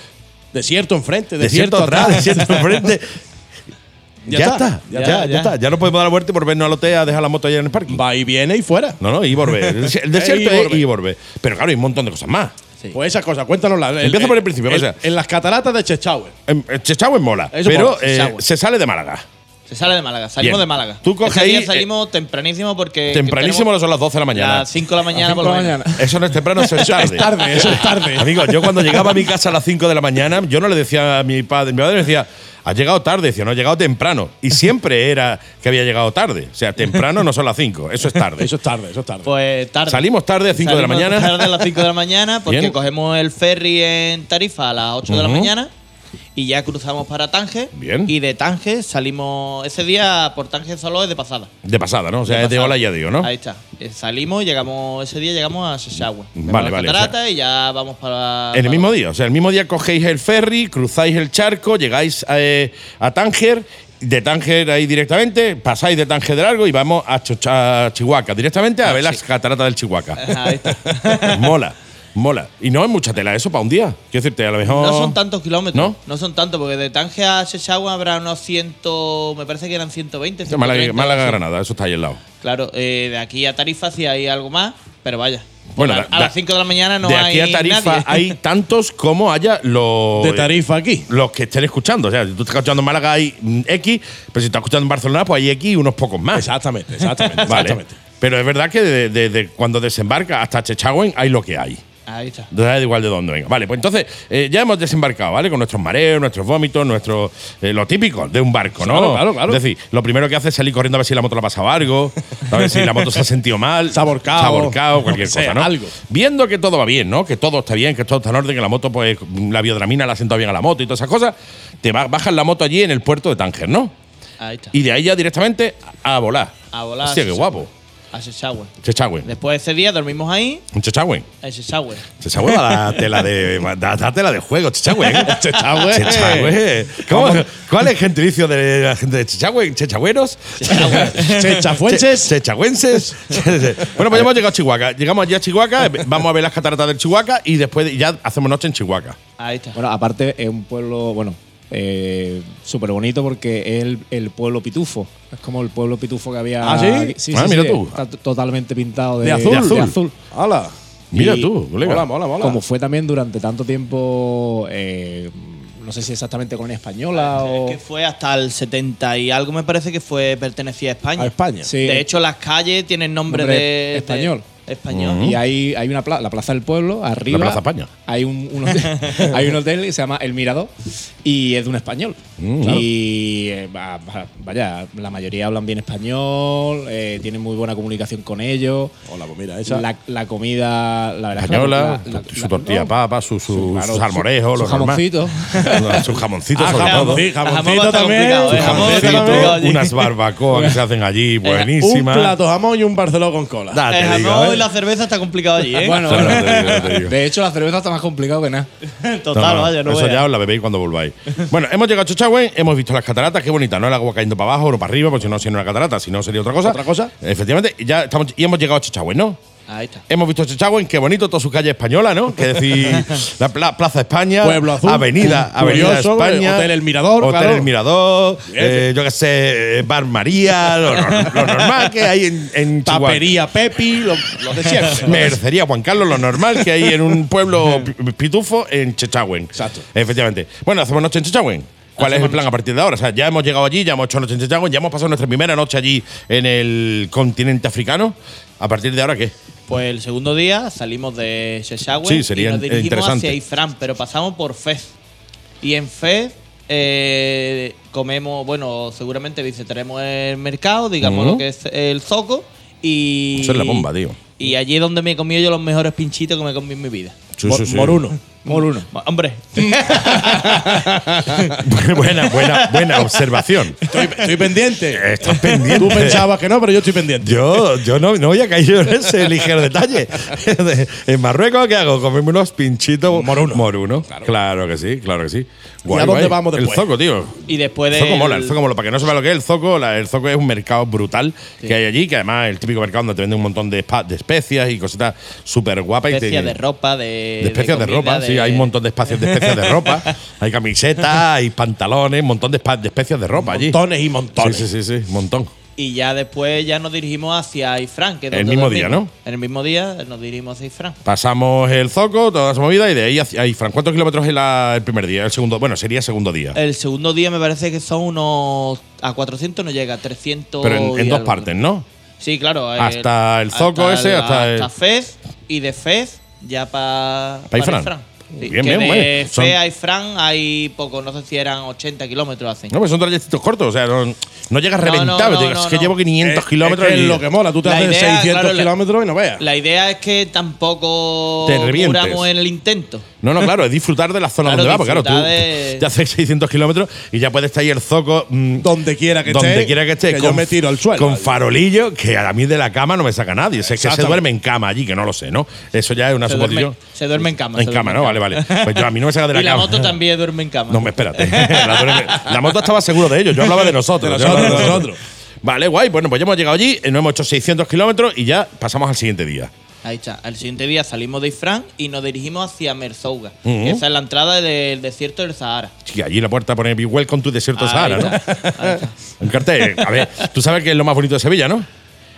Speaker 6: Desierto enfrente,
Speaker 5: desierto,
Speaker 6: desierto,
Speaker 5: atrás, desierto enfrente. Ya,
Speaker 6: Ya
Speaker 5: está,
Speaker 6: está,
Speaker 5: ya,
Speaker 9: ya
Speaker 5: ya
Speaker 9: está, ya.
Speaker 5: está. Ya no podemos dar la vuelta y volvernos al hotel a dejar la moto allá en el parking.
Speaker 6: Va y viene y fuera.
Speaker 5: No, no, y volver. El des- el desierto
Speaker 6: Y
Speaker 5: es
Speaker 6: volver.
Speaker 5: y volver. Pero claro, hay un montón de cosas más.
Speaker 6: Pues esas cosas, cuéntanoslas.
Speaker 5: Empieza por el principio, o sea.
Speaker 6: En las cataratas de Chechau.
Speaker 5: Em, eh, Chechau es mola,
Speaker 6: Eso
Speaker 5: pero
Speaker 6: mola,
Speaker 5: eh,
Speaker 6: Chechau.
Speaker 5: se sale de Málaga.
Speaker 6: Eh,
Speaker 9: Se sale de Málaga,
Speaker 5: Bien.
Speaker 9: salimos de Málaga.
Speaker 5: Tú coges
Speaker 9: Ese día
Speaker 5: ahí,
Speaker 9: salimos tempranísimo porque.
Speaker 5: Tempranísimo
Speaker 9: tenemos
Speaker 5: son las 12 de la mañana.
Speaker 9: Las 5 de la mañana por
Speaker 10: cinco de
Speaker 9: lo
Speaker 10: la
Speaker 9: menos.
Speaker 10: mañana.
Speaker 5: Eso no es temprano, eso es tarde.
Speaker 6: Tarde, eso es tarde.
Speaker 5: Amigo, yo cuando llegaba a mi casa a las 5 de la mañana, yo no le decía a mi padre, mi padre me decía, has llegado tarde, decía, no, has llegado temprano. Y siempre era que había llegado tarde. O sea, temprano no son las 5, eso es tarde.
Speaker 6: Eso es tarde, eso es tarde.
Speaker 9: Pues tarde.
Speaker 5: Salimos tarde a 5 de la
Speaker 9: Salimos
Speaker 5: mañana.
Speaker 9: tarde a las 5 de la mañana porque
Speaker 5: Bien.
Speaker 9: cogemos el ferry en Tarifa a las 8 de la mañana y ya cruzamos para Tange.
Speaker 5: Bien.
Speaker 9: Y de Tange salimos. Ese día por Tange solo es de pasada.
Speaker 5: De pasada, ¿no? O sea,
Speaker 9: De
Speaker 5: es de
Speaker 9: pasada.
Speaker 5: hola y adiós, ¿no?
Speaker 9: Ahí está. Eh, Salimos, llegamos. Ese día llegamos a Seshagua.
Speaker 5: Vale, vale,
Speaker 9: Catarata y ya vamos para.
Speaker 5: En el
Speaker 9: para-
Speaker 5: mismo día, o sea, el mismo día cogéis el ferry, cruzáis el charco, llegáis eh, a Tánger, de Tánger ahí directamente, pasáis de Tánger de largo y vamos a, Cho- a Chihuahua, directamente
Speaker 9: Ah,
Speaker 5: a ver las cataratas del Chihuahua.
Speaker 9: Ahí está.
Speaker 5: mola, mola. Y no es mucha tela eso para un día. Quiero decirte, a lo mejor.
Speaker 9: No son tantos kilómetros.
Speaker 5: ¿No?
Speaker 9: ¿No? son tantos, porque de Tange a Seshagua habrá unos 100. Me parece que eran 120.
Speaker 5: Sí, Málaga,
Speaker 9: 130,
Speaker 5: Málaga,
Speaker 9: sí.
Speaker 5: Granada, eso está ahí al lado.
Speaker 9: Claro, eh, de aquí a Tarifa sí hay algo más, pero vaya.
Speaker 5: Bueno,
Speaker 9: a,
Speaker 5: da-
Speaker 9: a
Speaker 5: da-
Speaker 9: las 5 de la mañana no
Speaker 5: de
Speaker 9: hay.
Speaker 5: aquí a Tarifa
Speaker 9: nadie.
Speaker 5: hay tantos como haya los.
Speaker 6: de tarifa aquí.
Speaker 5: Los que estén escuchando. O sea, si tú estás escuchando en Málaga hay mm, X, pero si estás escuchando en Barcelona, pues hay X y unos pocos más.
Speaker 6: Exactamente, exactamente.
Speaker 5: Vale.
Speaker 6: exactamente.
Speaker 5: Pero es verdad que desde cuando desembarca hasta Chechagüen hay lo que hay.
Speaker 9: Ahí está.
Speaker 5: Da igual de dónde venga. Vale, pues entonces eh, ya hemos desembarcado, ¿vale? Con nuestros mareos, nuestros vómitos, nuestro, eh, lo típico de un barco, ¿no?
Speaker 6: Claro, claro, claro.
Speaker 5: Es decir, lo primero que hace es salir corriendo a ver si la moto la ha pasado algo, a ver si la moto se ha sentido mal.
Speaker 6: Se ha volcado.
Speaker 5: Se ha volcado,
Speaker 6: Lo
Speaker 5: cualquier
Speaker 6: que sea,
Speaker 5: cosa, ¿no?
Speaker 6: algo.
Speaker 5: Viendo que todo va bien, ¿no? Que todo está bien, que todo está en orden, que la moto, pues la biodramina la ha sentado bien a la moto y todas esas cosas, te ba- bajas la moto allí en el puerto de Tánger, ¿no?
Speaker 9: Ahí está.
Speaker 5: Y de ahí ya directamente a volar.
Speaker 9: A volar.
Speaker 5: Hostia,
Speaker 9: a
Speaker 5: qué
Speaker 9: Seshagua.
Speaker 5: guapo.
Speaker 9: A Seshagua.
Speaker 5: Chechagüen.
Speaker 9: Después de ese día dormimos ahí,
Speaker 5: Un Chechagüen.
Speaker 9: en Seshagua.
Speaker 5: Chechagüe da tela de da, da tela de juego, Chechagüe. Chechagüe. ¿Cómo, ¿Cuál es el gentilicio de la gente de Chechagüe? ¿Chechagüeros?
Speaker 6: Chechafuenses.
Speaker 5: Che- chechagüenses. bueno, pues ya hemos llegado a Chihuahua. Llegamos allí a Chihuahua, vamos a ver las cataratas del Chihuahua y después ya hacemos noche en Chihuahua.
Speaker 9: Ahí está.
Speaker 10: Bueno, aparte es un pueblo, bueno, eh, súper bonito porque es el, el pueblo pitufo. Es como el pueblo pitufo que había.
Speaker 6: ¿Ah, sí?
Speaker 10: aquí. Sí,
Speaker 5: Ah,
Speaker 10: sí,
Speaker 5: mira
Speaker 10: sí,
Speaker 5: tú.
Speaker 10: Está t- totalmente pintado de,
Speaker 6: De azul.
Speaker 10: de azul.
Speaker 6: Hala.
Speaker 5: Mira
Speaker 10: Y-
Speaker 5: tú, colega.
Speaker 6: Mola, mola, mola.
Speaker 10: Como fue también durante tanto tiempo, eh, no sé si exactamente colonia española o.
Speaker 9: Que fue hasta el 70 y algo me parece que fue pertenecía a España.
Speaker 6: A España.
Speaker 10: Sí.
Speaker 9: De hecho, las calles tienen nombre,
Speaker 10: Nombre
Speaker 9: de, de-
Speaker 10: español.
Speaker 9: Español.
Speaker 5: Mm.
Speaker 10: Y hay, hay una plaza, la Plaza del Pueblo, arriba.
Speaker 5: Plaza España.
Speaker 10: Hay un, un hotel, hay un hotel que se llama El Mirador y es de un español.
Speaker 5: Mm,
Speaker 10: Y eh, va- va- vaya, la mayoría hablan bien español, eh, tienen muy buena comunicación con ellos.
Speaker 6: Hola, pues mira, esa.
Speaker 10: La, la comida, la verdad. es que la-
Speaker 5: Española,
Speaker 10: la- la-
Speaker 5: su
Speaker 10: la-
Speaker 5: tortilla
Speaker 10: no,
Speaker 5: papa, su, su-
Speaker 10: claro,
Speaker 5: sus almorejos,
Speaker 10: su
Speaker 5: los normal.
Speaker 10: jamoncito.
Speaker 5: sus jamoncitos
Speaker 6: Ah,
Speaker 5: sobre todo.
Speaker 6: jamoncito,
Speaker 9: Jamón
Speaker 6: jamoncito
Speaker 9: está
Speaker 6: también.
Speaker 9: complicado, eh.
Speaker 6: su jamoncito
Speaker 9: Jamón está
Speaker 5: Jamoncito,
Speaker 6: también.
Speaker 9: complicado. allí.
Speaker 5: unas barbacoas que se hacen allí,
Speaker 6: Un
Speaker 5: buenísimas.
Speaker 6: plato jamón y un barceló con cola.
Speaker 5: Da, te
Speaker 9: El
Speaker 5: digo,
Speaker 9: jamón
Speaker 5: ¿eh?
Speaker 9: y la cerveza está complicado allí, ¿eh?
Speaker 10: Bueno,
Speaker 5: Claro,
Speaker 10: bueno.
Speaker 5: te digo, te digo.
Speaker 10: de hecho, la cerveza está más complicado que nada.
Speaker 9: Total,
Speaker 5: No, no,
Speaker 9: vaya, no
Speaker 5: Eso
Speaker 9: veas.
Speaker 5: ya os la bebéis cuando volváis. bueno, hemos llegado a Chochagüen, hemos visto las cataratas, qué bonita, ¿no? El agua cayendo para abajo, no para arriba, porque si no sería una catarata, si no sería otra cosa.
Speaker 6: ¿Otra cosa?
Speaker 5: Efectivamente, y ya estamos, y hemos llegado a Chochagüen, ¿no?
Speaker 9: Ahí está.
Speaker 5: Hemos visto Chochagüen, qué bonito, toda su calle española, ¿no? Que decir, la pla- Plaza España,
Speaker 6: Pueblo Azul,
Speaker 5: Avenida,
Speaker 6: cu-
Speaker 5: Avenida
Speaker 6: curioso, eh,
Speaker 5: España,
Speaker 6: Hotel El Mirador,
Speaker 5: Hotel
Speaker 6: claro.
Speaker 5: El Mirador, eh, yo qué sé, eh, Bar María, lo, nor- lo normal que hay en, en Chihuahua.
Speaker 6: Tapería Pepi, lo, lo de siempre.
Speaker 5: Mercería Juan Carlos, lo normal que hay en un pueblo pi- pitufo en Chechagüen.
Speaker 6: Exacto.
Speaker 5: Efectivamente. Bueno, hacemos noche en Chechagüen. ¿Cuál es el plan a partir de ahora? O sea, ya hemos llegado allí, ya hemos hecho noche en Chechagüen, ya hemos pasado nuestra primera noche allí en el continente africano. ¿A partir de ahora qué?
Speaker 9: Pues el segundo día salimos de Cheshagüe
Speaker 5: Sí, sería
Speaker 9: y nos
Speaker 5: in-
Speaker 9: dirigimos
Speaker 5: interesante.
Speaker 9: hacia Ifrán, pero pasamos por Fez. Y en Fez eh, comemos, bueno, seguramente visitaremos el mercado, digamos
Speaker 5: Ujú.
Speaker 9: lo que es el zoco y
Speaker 5: Eso es la bomba, tío.
Speaker 9: Y allí es donde me he comido yo los mejores pinchitos que me he comido en mi vida.
Speaker 5: Sí,
Speaker 6: Mor-
Speaker 5: sí, sí.
Speaker 6: Moruno.
Speaker 10: Moruno.
Speaker 5: Ah.
Speaker 9: Hombre,
Speaker 5: buena, buena, buena observación.
Speaker 6: Estoy, estoy pendiente.
Speaker 5: Estás pendiente.
Speaker 6: Tú pensabas que no, pero yo estoy pendiente.
Speaker 5: Yo, yo no, no había caído en ese ligero detalle. De- en Marruecos, ¿qué hago? Comerme unos pinchitos. Moruno. Moruno. Claro, que sí, claro que sí. Guay,
Speaker 6: a dónde
Speaker 5: guay.
Speaker 6: vamos después?
Speaker 5: El zoco, tío.
Speaker 9: y después
Speaker 5: El
Speaker 9: de.
Speaker 5: zoco mola, el zoco mola. Para que no sepa lo que es el zoco, la- el zoco es un mercado brutal que hay allí, que además es el típico mercado donde te venden un montón de, espa- de especias y cositas súper guapas. y te-
Speaker 9: Especias de ropa, de.
Speaker 5: de especias de,
Speaker 9: comida,
Speaker 5: ropa, sí,
Speaker 9: de-
Speaker 5: hay un montón de espacios de especias de ropa. Hay camisetas, hay pantalones, un montón de, espa- de especias de ropa allí.
Speaker 6: Montones y montones.
Speaker 5: Sí, sí, sí, sí, montón.
Speaker 9: Y ya después ya nos dirigimos hacia Ifran. Que es
Speaker 5: El
Speaker 9: donde
Speaker 5: mismo
Speaker 9: dormimos.
Speaker 5: día, ¿no?
Speaker 9: En el mismo día nos dirigimos hacia Ifran.
Speaker 5: Pasamos el Zoco, toda esa movida, y de ahí hacia Ifran. ¿Cuántos kilómetros es la- el primer día? El segundo, bueno, sería segundo día.
Speaker 9: El segundo día me parece que son unos. A 400 no llega, 300.
Speaker 5: pero en,
Speaker 9: y
Speaker 5: en dos
Speaker 9: algo.
Speaker 5: partes, ¿no?
Speaker 9: Sí, claro. eh,
Speaker 5: Hasta el zoco ese, hasta el-
Speaker 9: Hasta Fez y de Fez ya pa-
Speaker 5: Pa'
Speaker 9: para
Speaker 5: Ifrán.
Speaker 9: Sí,
Speaker 5: Bien,
Speaker 9: que
Speaker 5: bien,
Speaker 9: de
Speaker 5: hombre. Son-
Speaker 9: Fez a Ifrán hay poco, no sé si eran 80 kilómetros hacen.
Speaker 5: No, pues son trayectos cortos, o sea, no, no llegas
Speaker 9: No, no,
Speaker 5: reventado.
Speaker 9: no,
Speaker 5: te digas,
Speaker 9: no,
Speaker 5: es que
Speaker 9: no.
Speaker 5: llevo 500
Speaker 6: Es-
Speaker 5: kilómetros
Speaker 6: es, que es
Speaker 5: y
Speaker 6: lo que mola. Tú te
Speaker 9: La
Speaker 6: haces
Speaker 9: idea,
Speaker 6: 600
Speaker 9: claro, la-
Speaker 6: kilómetros y no veas.
Speaker 9: La idea es que tampoco
Speaker 5: Te revientes.
Speaker 9: muramos en el intento.
Speaker 5: No, no, claro, es disfrutar de la zona
Speaker 9: Claro,
Speaker 5: donde vas, porque claro, tú
Speaker 9: disfrutar de-
Speaker 5: te haces 600 kilómetros y ya puedes estar ahí el zoco. mm,
Speaker 6: Donde quiera que esté.
Speaker 5: donde quiera que esté.
Speaker 6: yo me tiro al suelo.
Speaker 5: Con farolillo, que a mí de la cama no me saca nadie. Sé que se
Speaker 6: Exactamente.
Speaker 5: duerme en cama allí, que no lo sé, ¿no? Eso ya es una
Speaker 9: Se
Speaker 5: suposición.
Speaker 9: duerme, se duerme en cama.
Speaker 5: En
Speaker 9: se
Speaker 5: cama,
Speaker 9: duerme
Speaker 5: ¿no? Vale, vale. Pues yo a mí no me saca de la
Speaker 9: y la
Speaker 5: cama.
Speaker 9: moto también duerme en cama.
Speaker 5: No, me espérate. La, duerme- la moto estaba seguro de ello. Yo hablaba de nosotros.
Speaker 6: De
Speaker 5: yo hablaba
Speaker 6: nosotros, de
Speaker 5: Vale, guay. Bueno, pues ya hemos llegado allí, eh, nos hemos hecho 600 kilómetros y ya pasamos al siguiente día.
Speaker 9: Ahí está. Al siguiente día salimos de Ifrán y nos dirigimos hacia Merzouga. Esa es la entrada del desierto del Sahara.
Speaker 5: Y allí la puerta pone "Be Welcome to Desierto
Speaker 9: Ahí
Speaker 5: Sahara, ¿no?
Speaker 9: está, ahí está.
Speaker 5: Un cartel. A ver, tú sabes que es lo más bonito de Sevilla, ¿no?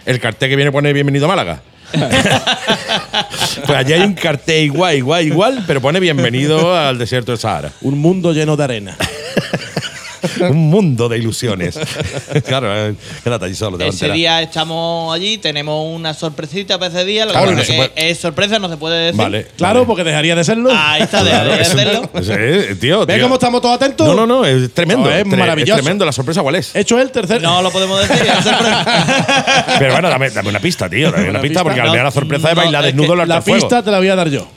Speaker 5: El cartel que viene pone Bienvenido a Málaga. pues allí hay un cartel igual, igual, igual, pero pone Bienvenido al Desierto del Sahara.
Speaker 6: Un mundo lleno de arena.
Speaker 5: Un mundo de ilusiones. claro, eh, quédate allí solo. te
Speaker 9: Ese
Speaker 5: levantarás.
Speaker 9: día estamos allí, tenemos una sorpresita para ese día. Lo que
Speaker 5: Claro,
Speaker 9: pasa
Speaker 5: no
Speaker 9: es
Speaker 5: se
Speaker 9: que
Speaker 5: puede-
Speaker 9: es sorpresa, no se puede decir.
Speaker 5: Vale.
Speaker 6: Claro, porque dejaría de serlo.
Speaker 9: Ahí está, de,
Speaker 5: Claro,
Speaker 9: de
Speaker 5: es un-
Speaker 9: hacerlo.
Speaker 5: es- es- eh, tío,
Speaker 6: ¿Ves
Speaker 5: tío.
Speaker 6: cómo estamos todos atentos?
Speaker 5: No, no, no, es tremendo.
Speaker 6: No, es
Speaker 5: tre-
Speaker 6: maravilloso.
Speaker 5: tremendo la sorpresa, ¿cuál es?
Speaker 6: Hecho el tercer.
Speaker 9: No lo podemos decir. es sorpresa.
Speaker 5: Pero bueno, dame, dame una pista, tío. Dame una pista,
Speaker 6: pista,
Speaker 5: porque al
Speaker 9: no,
Speaker 5: final la sorpresa es
Speaker 9: no,
Speaker 5: bailar
Speaker 9: es que
Speaker 5: desnudo en el
Speaker 6: la
Speaker 5: altar fuego.
Speaker 6: pista te la voy a dar yo.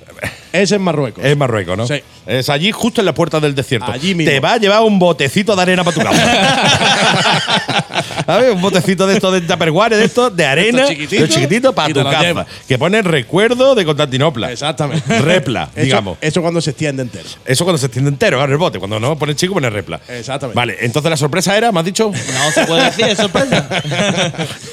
Speaker 6: Es en Marruecos.
Speaker 5: Es Marruecos, ¿no?
Speaker 6: Sí.
Speaker 5: Es allí, justo en la puerta del desierto.
Speaker 6: Allí mismo.
Speaker 5: Te va a llevar un botecito de arena para tu casa. ¿Sabes? Un botecito de estos de Tupperware, de estos de arena.
Speaker 6: estos chiquititos,
Speaker 5: para
Speaker 6: y te
Speaker 5: tu
Speaker 6: lo
Speaker 5: casa.
Speaker 6: llevas.
Speaker 5: Que pone recuerdo de Constantinopla.
Speaker 6: Exactamente.
Speaker 5: Repla,
Speaker 6: Eso-
Speaker 5: digamos.
Speaker 6: Eso cuando se extiende entero.
Speaker 5: Eso cuando se extiende entero, ahora el bote. Cuando no pone chico, pone repla.
Speaker 6: Exactamente.
Speaker 5: Vale, entonces la sorpresa era, ¿me has dicho?
Speaker 9: No se puede decir, es sorpresa.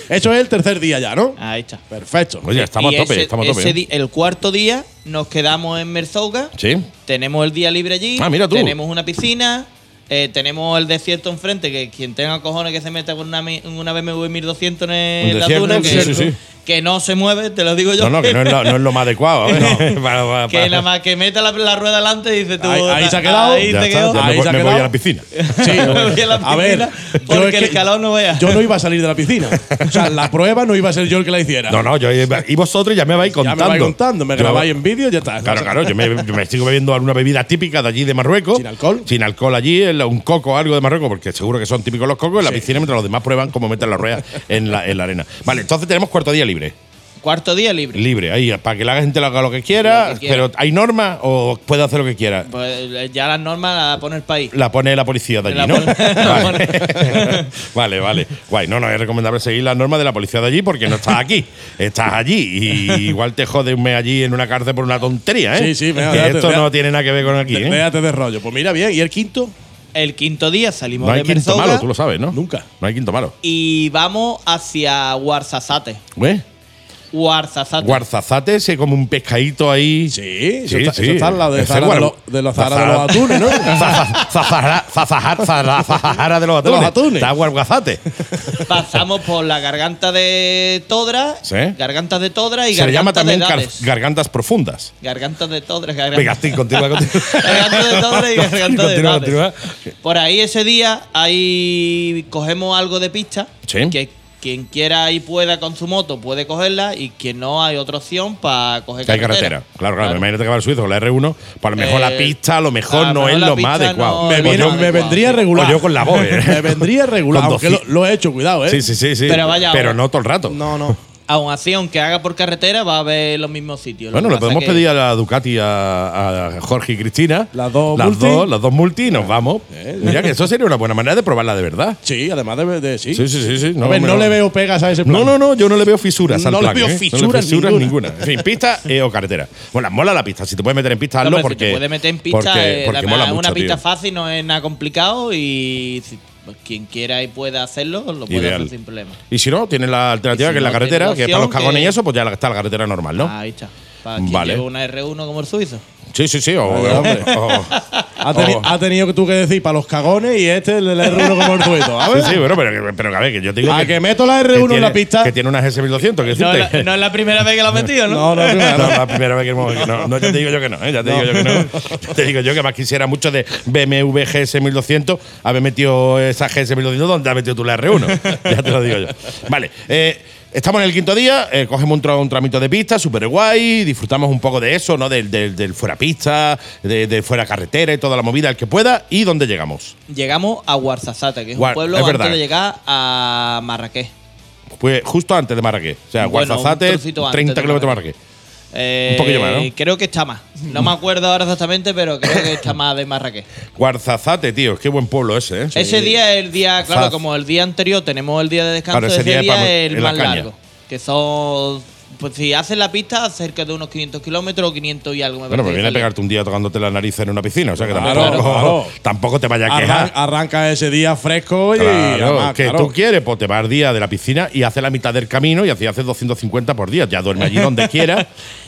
Speaker 6: Eso es el tercer día ya, ¿no?
Speaker 9: Ahí está.
Speaker 6: Perfecto.
Speaker 5: Ah. Oye, estamos
Speaker 9: Y
Speaker 5: a tope,
Speaker 9: ese-
Speaker 5: estamos a tope. ¿eh?
Speaker 9: ese di- el cuarto día nos quedamos en Merzouga.
Speaker 5: Sí.
Speaker 9: Tenemos el día libre allí.
Speaker 5: Ah, mira tú.
Speaker 9: Tenemos una piscina. eh, tenemos el desierto enfrente, que quien tenga cojones que se meta con una, mi- una BMW 1200 en
Speaker 5: Un
Speaker 9: la
Speaker 5: desierto,
Speaker 9: duna,
Speaker 5: sí,
Speaker 9: que,
Speaker 5: sí, sí.
Speaker 9: que no se mueve, te lo digo yo.
Speaker 5: No, no, que no es lo, no es lo más adecuado. ¿eh? No, para- para-
Speaker 9: Que nada más que meta la, la rueda adelante dice tú.
Speaker 6: Ahí- ahí se ha quedado.
Speaker 9: Ahí
Speaker 5: Ya
Speaker 9: te
Speaker 5: está,
Speaker 9: quedó. Ah,
Speaker 5: ya
Speaker 6: Ahí
Speaker 5: me,
Speaker 6: se ha
Speaker 5: me voy
Speaker 6: quedado.
Speaker 5: a la piscina.
Speaker 6: Sí,
Speaker 9: Me voy a la
Speaker 6: a ver,
Speaker 9: piscina
Speaker 6: yo
Speaker 9: porque
Speaker 6: es que-
Speaker 9: el calor no vea.
Speaker 6: Yo no iba a salir de la piscina. O sea, la prueba no iba a ser yo el que la hiciera.
Speaker 5: No, no, yo iba- y vosotros ya me vais
Speaker 6: ya
Speaker 5: contando.
Speaker 6: me vais contando, me
Speaker 5: Yo-
Speaker 6: grabáis en vídeo y ya está.
Speaker 5: Claro, claro, yo me, yo me estoy bebiendo alguna bebida típica de allí de Marruecos.
Speaker 6: ¿Sin alcohol?
Speaker 5: Sin alcohol allí, el- un coco o algo de Marruecos, porque seguro que son típicos los cocos en la piscina, mientras los demás prueban cómo meten la rueda en la, en la arena. Vale, entonces tenemos cuarto día libre.
Speaker 9: Cuarto día libre.
Speaker 5: Libre, ahí, para que la gente lo haga lo que quiera,
Speaker 9: Lo que quiera.
Speaker 5: pero ¿hay normas o puede hacer lo que quiera?
Speaker 9: Pues eh, ya las normas las pone el país.
Speaker 5: La pone la policía de allí,
Speaker 9: La
Speaker 5: ¿no?
Speaker 9: pone- la
Speaker 5: Vale. vale, vale. Guay, no, no, es recomendable seguir las normas de la policía de allí porque no estás aquí. Estás allí. Y igual te jode un mes allí en una cárcel por una tontería, ¿eh?
Speaker 6: Sí, sí, venga,
Speaker 5: Que
Speaker 6: date,
Speaker 5: esto
Speaker 6: date.
Speaker 5: no tiene nada que ver con aquí, ¿eh?
Speaker 6: Déjate de rollo. Pues mira bien, ¿y el quinto?
Speaker 9: El quinto día salimos
Speaker 5: No hay
Speaker 9: de
Speaker 5: quinto
Speaker 9: Merzouga
Speaker 5: malo, tú lo sabes, ¿no?
Speaker 6: Nunca.
Speaker 5: No hay quinto malo.
Speaker 9: y vamos hacia Guarzazate.
Speaker 5: ¿Eh?
Speaker 9: Guarzazate.
Speaker 5: Guarzazate se come un pescadito ahí.
Speaker 6: Sí, eso
Speaker 5: Sí,
Speaker 6: está,
Speaker 5: sí.
Speaker 6: eso está en la de
Speaker 5: Ese
Speaker 6: Zara de,
Speaker 5: guar-
Speaker 6: lo- de los Zara de los atunes, ¿no?
Speaker 5: Zaza- zazara- zazajar- zara- Zazajara de los
Speaker 6: De los
Speaker 5: atunes.
Speaker 6: atunes.
Speaker 5: Está guarguazate.
Speaker 9: Pasamos por la garganta de Todra.
Speaker 5: Sí.
Speaker 9: Gargantas de Todra y
Speaker 5: Se le llama
Speaker 9: gargantas
Speaker 5: también
Speaker 9: de
Speaker 5: gar-
Speaker 9: Dades.
Speaker 5: gargantas profundas.
Speaker 9: Gargantas de Todra. gargantas-
Speaker 5: Venga, sí, continúa, continúa.
Speaker 9: Garganta de Todra y garganta de
Speaker 5: Continúa,
Speaker 9: Dades.
Speaker 5: continúa.
Speaker 9: Por ahí ese día ahí cogemos algo de pista.
Speaker 5: Sí.
Speaker 9: Que quien quiera y pueda con su moto puede cogerla y quien no hay otra opción para coger
Speaker 5: Que hay
Speaker 9: carretera.
Speaker 5: carretera. Claro, claro. Imagínate que va el suizo con la R1. Pues a lo mejor
Speaker 9: Eh,
Speaker 5: la pista, a lo mejor
Speaker 9: a lo
Speaker 5: no
Speaker 9: mejor
Speaker 5: es
Speaker 9: la
Speaker 5: lo
Speaker 9: pista
Speaker 5: más adecuado.
Speaker 9: no
Speaker 6: Me,
Speaker 9: es
Speaker 5: O
Speaker 9: lo
Speaker 6: viene-
Speaker 5: yo-
Speaker 9: más
Speaker 6: me
Speaker 9: adecuado,
Speaker 6: vendría
Speaker 9: sí.
Speaker 6: regular.
Speaker 5: o yo con la voz, ¿eh?
Speaker 6: Me vendría regular.
Speaker 5: Con
Speaker 6: aunque
Speaker 5: dos
Speaker 6: lo,
Speaker 5: fi-
Speaker 6: lo he hecho, cuidado, ¿eh?
Speaker 5: Sí, sí, sí, sí.
Speaker 9: Pero vaya,
Speaker 5: Pero
Speaker 9: ahora-
Speaker 5: no todo el rato.
Speaker 6: No, no.
Speaker 9: aún así, aunque haga por carretera, va a ver los mismos sitios. Lo
Speaker 5: Bueno, le
Speaker 9: que pasa
Speaker 5: podemos
Speaker 9: que-
Speaker 5: pedir a la Ducati, a, a Jorge y Cristina.
Speaker 6: Las dos
Speaker 5: las
Speaker 6: multi.
Speaker 5: Dos, las dos multi y nos vamos.
Speaker 6: Eh.
Speaker 5: Mira que eso sería una buena manera de probarla de verdad.
Speaker 6: Sí, además de. de- sí.
Speaker 5: Sí, sí, sí. sí.
Speaker 6: a ver,
Speaker 5: me
Speaker 6: no
Speaker 5: lo-
Speaker 6: le veo pegas a ese plan.
Speaker 5: No, no, no, yo no le veo fisuras al
Speaker 6: No le
Speaker 5: plan,
Speaker 6: veo
Speaker 5: ¿eh?
Speaker 6: fisuras ninguna.
Speaker 5: En fin, pista eh, o carretera. Bueno, mola la pista. Si te puedes meter en pista, hazlo
Speaker 9: Hombre, si
Speaker 5: porque.
Speaker 9: te puede meter en pista,
Speaker 5: Porque,
Speaker 9: eh,
Speaker 5: porque
Speaker 9: además,
Speaker 5: mola
Speaker 9: es
Speaker 5: mucho.
Speaker 9: una pista
Speaker 5: tío.
Speaker 9: fácil, no es nada complicado y si- pues, quien quiera y pueda hacerlo, lo puede
Speaker 5: Ideal.
Speaker 9: hacer sin problema.
Speaker 5: Y si no, tienes la alternativa
Speaker 9: Y si
Speaker 5: que es la
Speaker 9: no,
Speaker 5: carretera,
Speaker 9: tienes
Speaker 5: que es para los
Speaker 9: opción
Speaker 5: cagones y
Speaker 9: que-
Speaker 5: eso, pues ya está la carretera normal,
Speaker 6: Ah.
Speaker 5: ¿no?
Speaker 9: Ahí está. Para quien
Speaker 5: Vale.
Speaker 9: lleve una R1 como el suizo.
Speaker 5: Sí, sí, sí. o-
Speaker 6: Vale, hombre.
Speaker 5: o-
Speaker 6: Ha, teni-
Speaker 5: Oh.
Speaker 6: ha tenido que tú que decir para los cagones y este el R1 como el tuito. A ver.
Speaker 5: sí, sí, bueno, pero, pero que a ver, que yo te digo.
Speaker 6: A que meto la R1 en
Speaker 5: tiene-
Speaker 6: la pista.
Speaker 5: Que tiene unas S1200, que
Speaker 9: No,
Speaker 5: decirte.
Speaker 9: la- no es la primera vez que lo ha metido, ¿no?
Speaker 6: No, no, no,
Speaker 5: No,
Speaker 6: no.
Speaker 5: la primera vez que hemos- que no, no, ya te digo yo que no, ¿eh? ya te digo yo que no. Ya te digo yo que más quisiera mucho de BMW GS 1200 haber metido esa GS 1200 donde has metido tú la R1. ya te lo digo yo. Vale, eh, estamos en el quinto día, eh, cogemos un, tra- un tramito de pista, súper guay, disfrutamos un poco de eso, ¿no? Del, del- del fuera pista, de, de fuera carretera y toda la movida, el que pueda. ¿Y dónde llegamos?
Speaker 9: Llegamos a Guarzazate, que es
Speaker 5: Guar-
Speaker 9: un pueblo
Speaker 5: es
Speaker 9: antes
Speaker 5: verdad.
Speaker 9: de llegar a Marrakech.
Speaker 5: Pues justo antes de Marrakech. O sea,
Speaker 9: Bueno, un
Speaker 5: Guarzazate,
Speaker 9: trocito antes
Speaker 5: 30
Speaker 9: de
Speaker 5: kilómetros de Marrakech.
Speaker 9: Eh,
Speaker 5: Un poquillo más, ¿no?
Speaker 9: Creo que está más. No me acuerdo ahora exactamente, pero creo que está más de Marrakech.
Speaker 5: Guarzazate, tío, qué buen pueblo ese, ¿eh?
Speaker 9: Ese día es el día, claro,
Speaker 5: Zaz.
Speaker 9: como el día anterior tenemos el día de descanso,
Speaker 5: Claro, ese
Speaker 9: ese,
Speaker 5: día
Speaker 9: día,
Speaker 5: es para-
Speaker 9: es
Speaker 5: en
Speaker 9: el
Speaker 5: la
Speaker 9: más
Speaker 5: caña.
Speaker 9: largo. Que son, pues si haces la pista, cerca de unos 500 kilómetros o 500 y algo. Me
Speaker 5: Bueno,
Speaker 9: parece
Speaker 5: pues
Speaker 9: que
Speaker 5: viene a
Speaker 9: salía.
Speaker 5: pegarte un día tocándote la nariz en una piscina, o sea que
Speaker 6: Claro,
Speaker 5: tampoco,
Speaker 6: claro.
Speaker 5: tampoco te vaya a
Speaker 6: Arran-
Speaker 5: quejar.
Speaker 6: arranca ese día fresco y.
Speaker 5: Claro,
Speaker 6: además,
Speaker 5: que
Speaker 6: claro.
Speaker 5: tú quieres, pues te vas al día de la piscina y haces la mitad del camino y así haces 250 por día. Ya duerme allí donde quiera,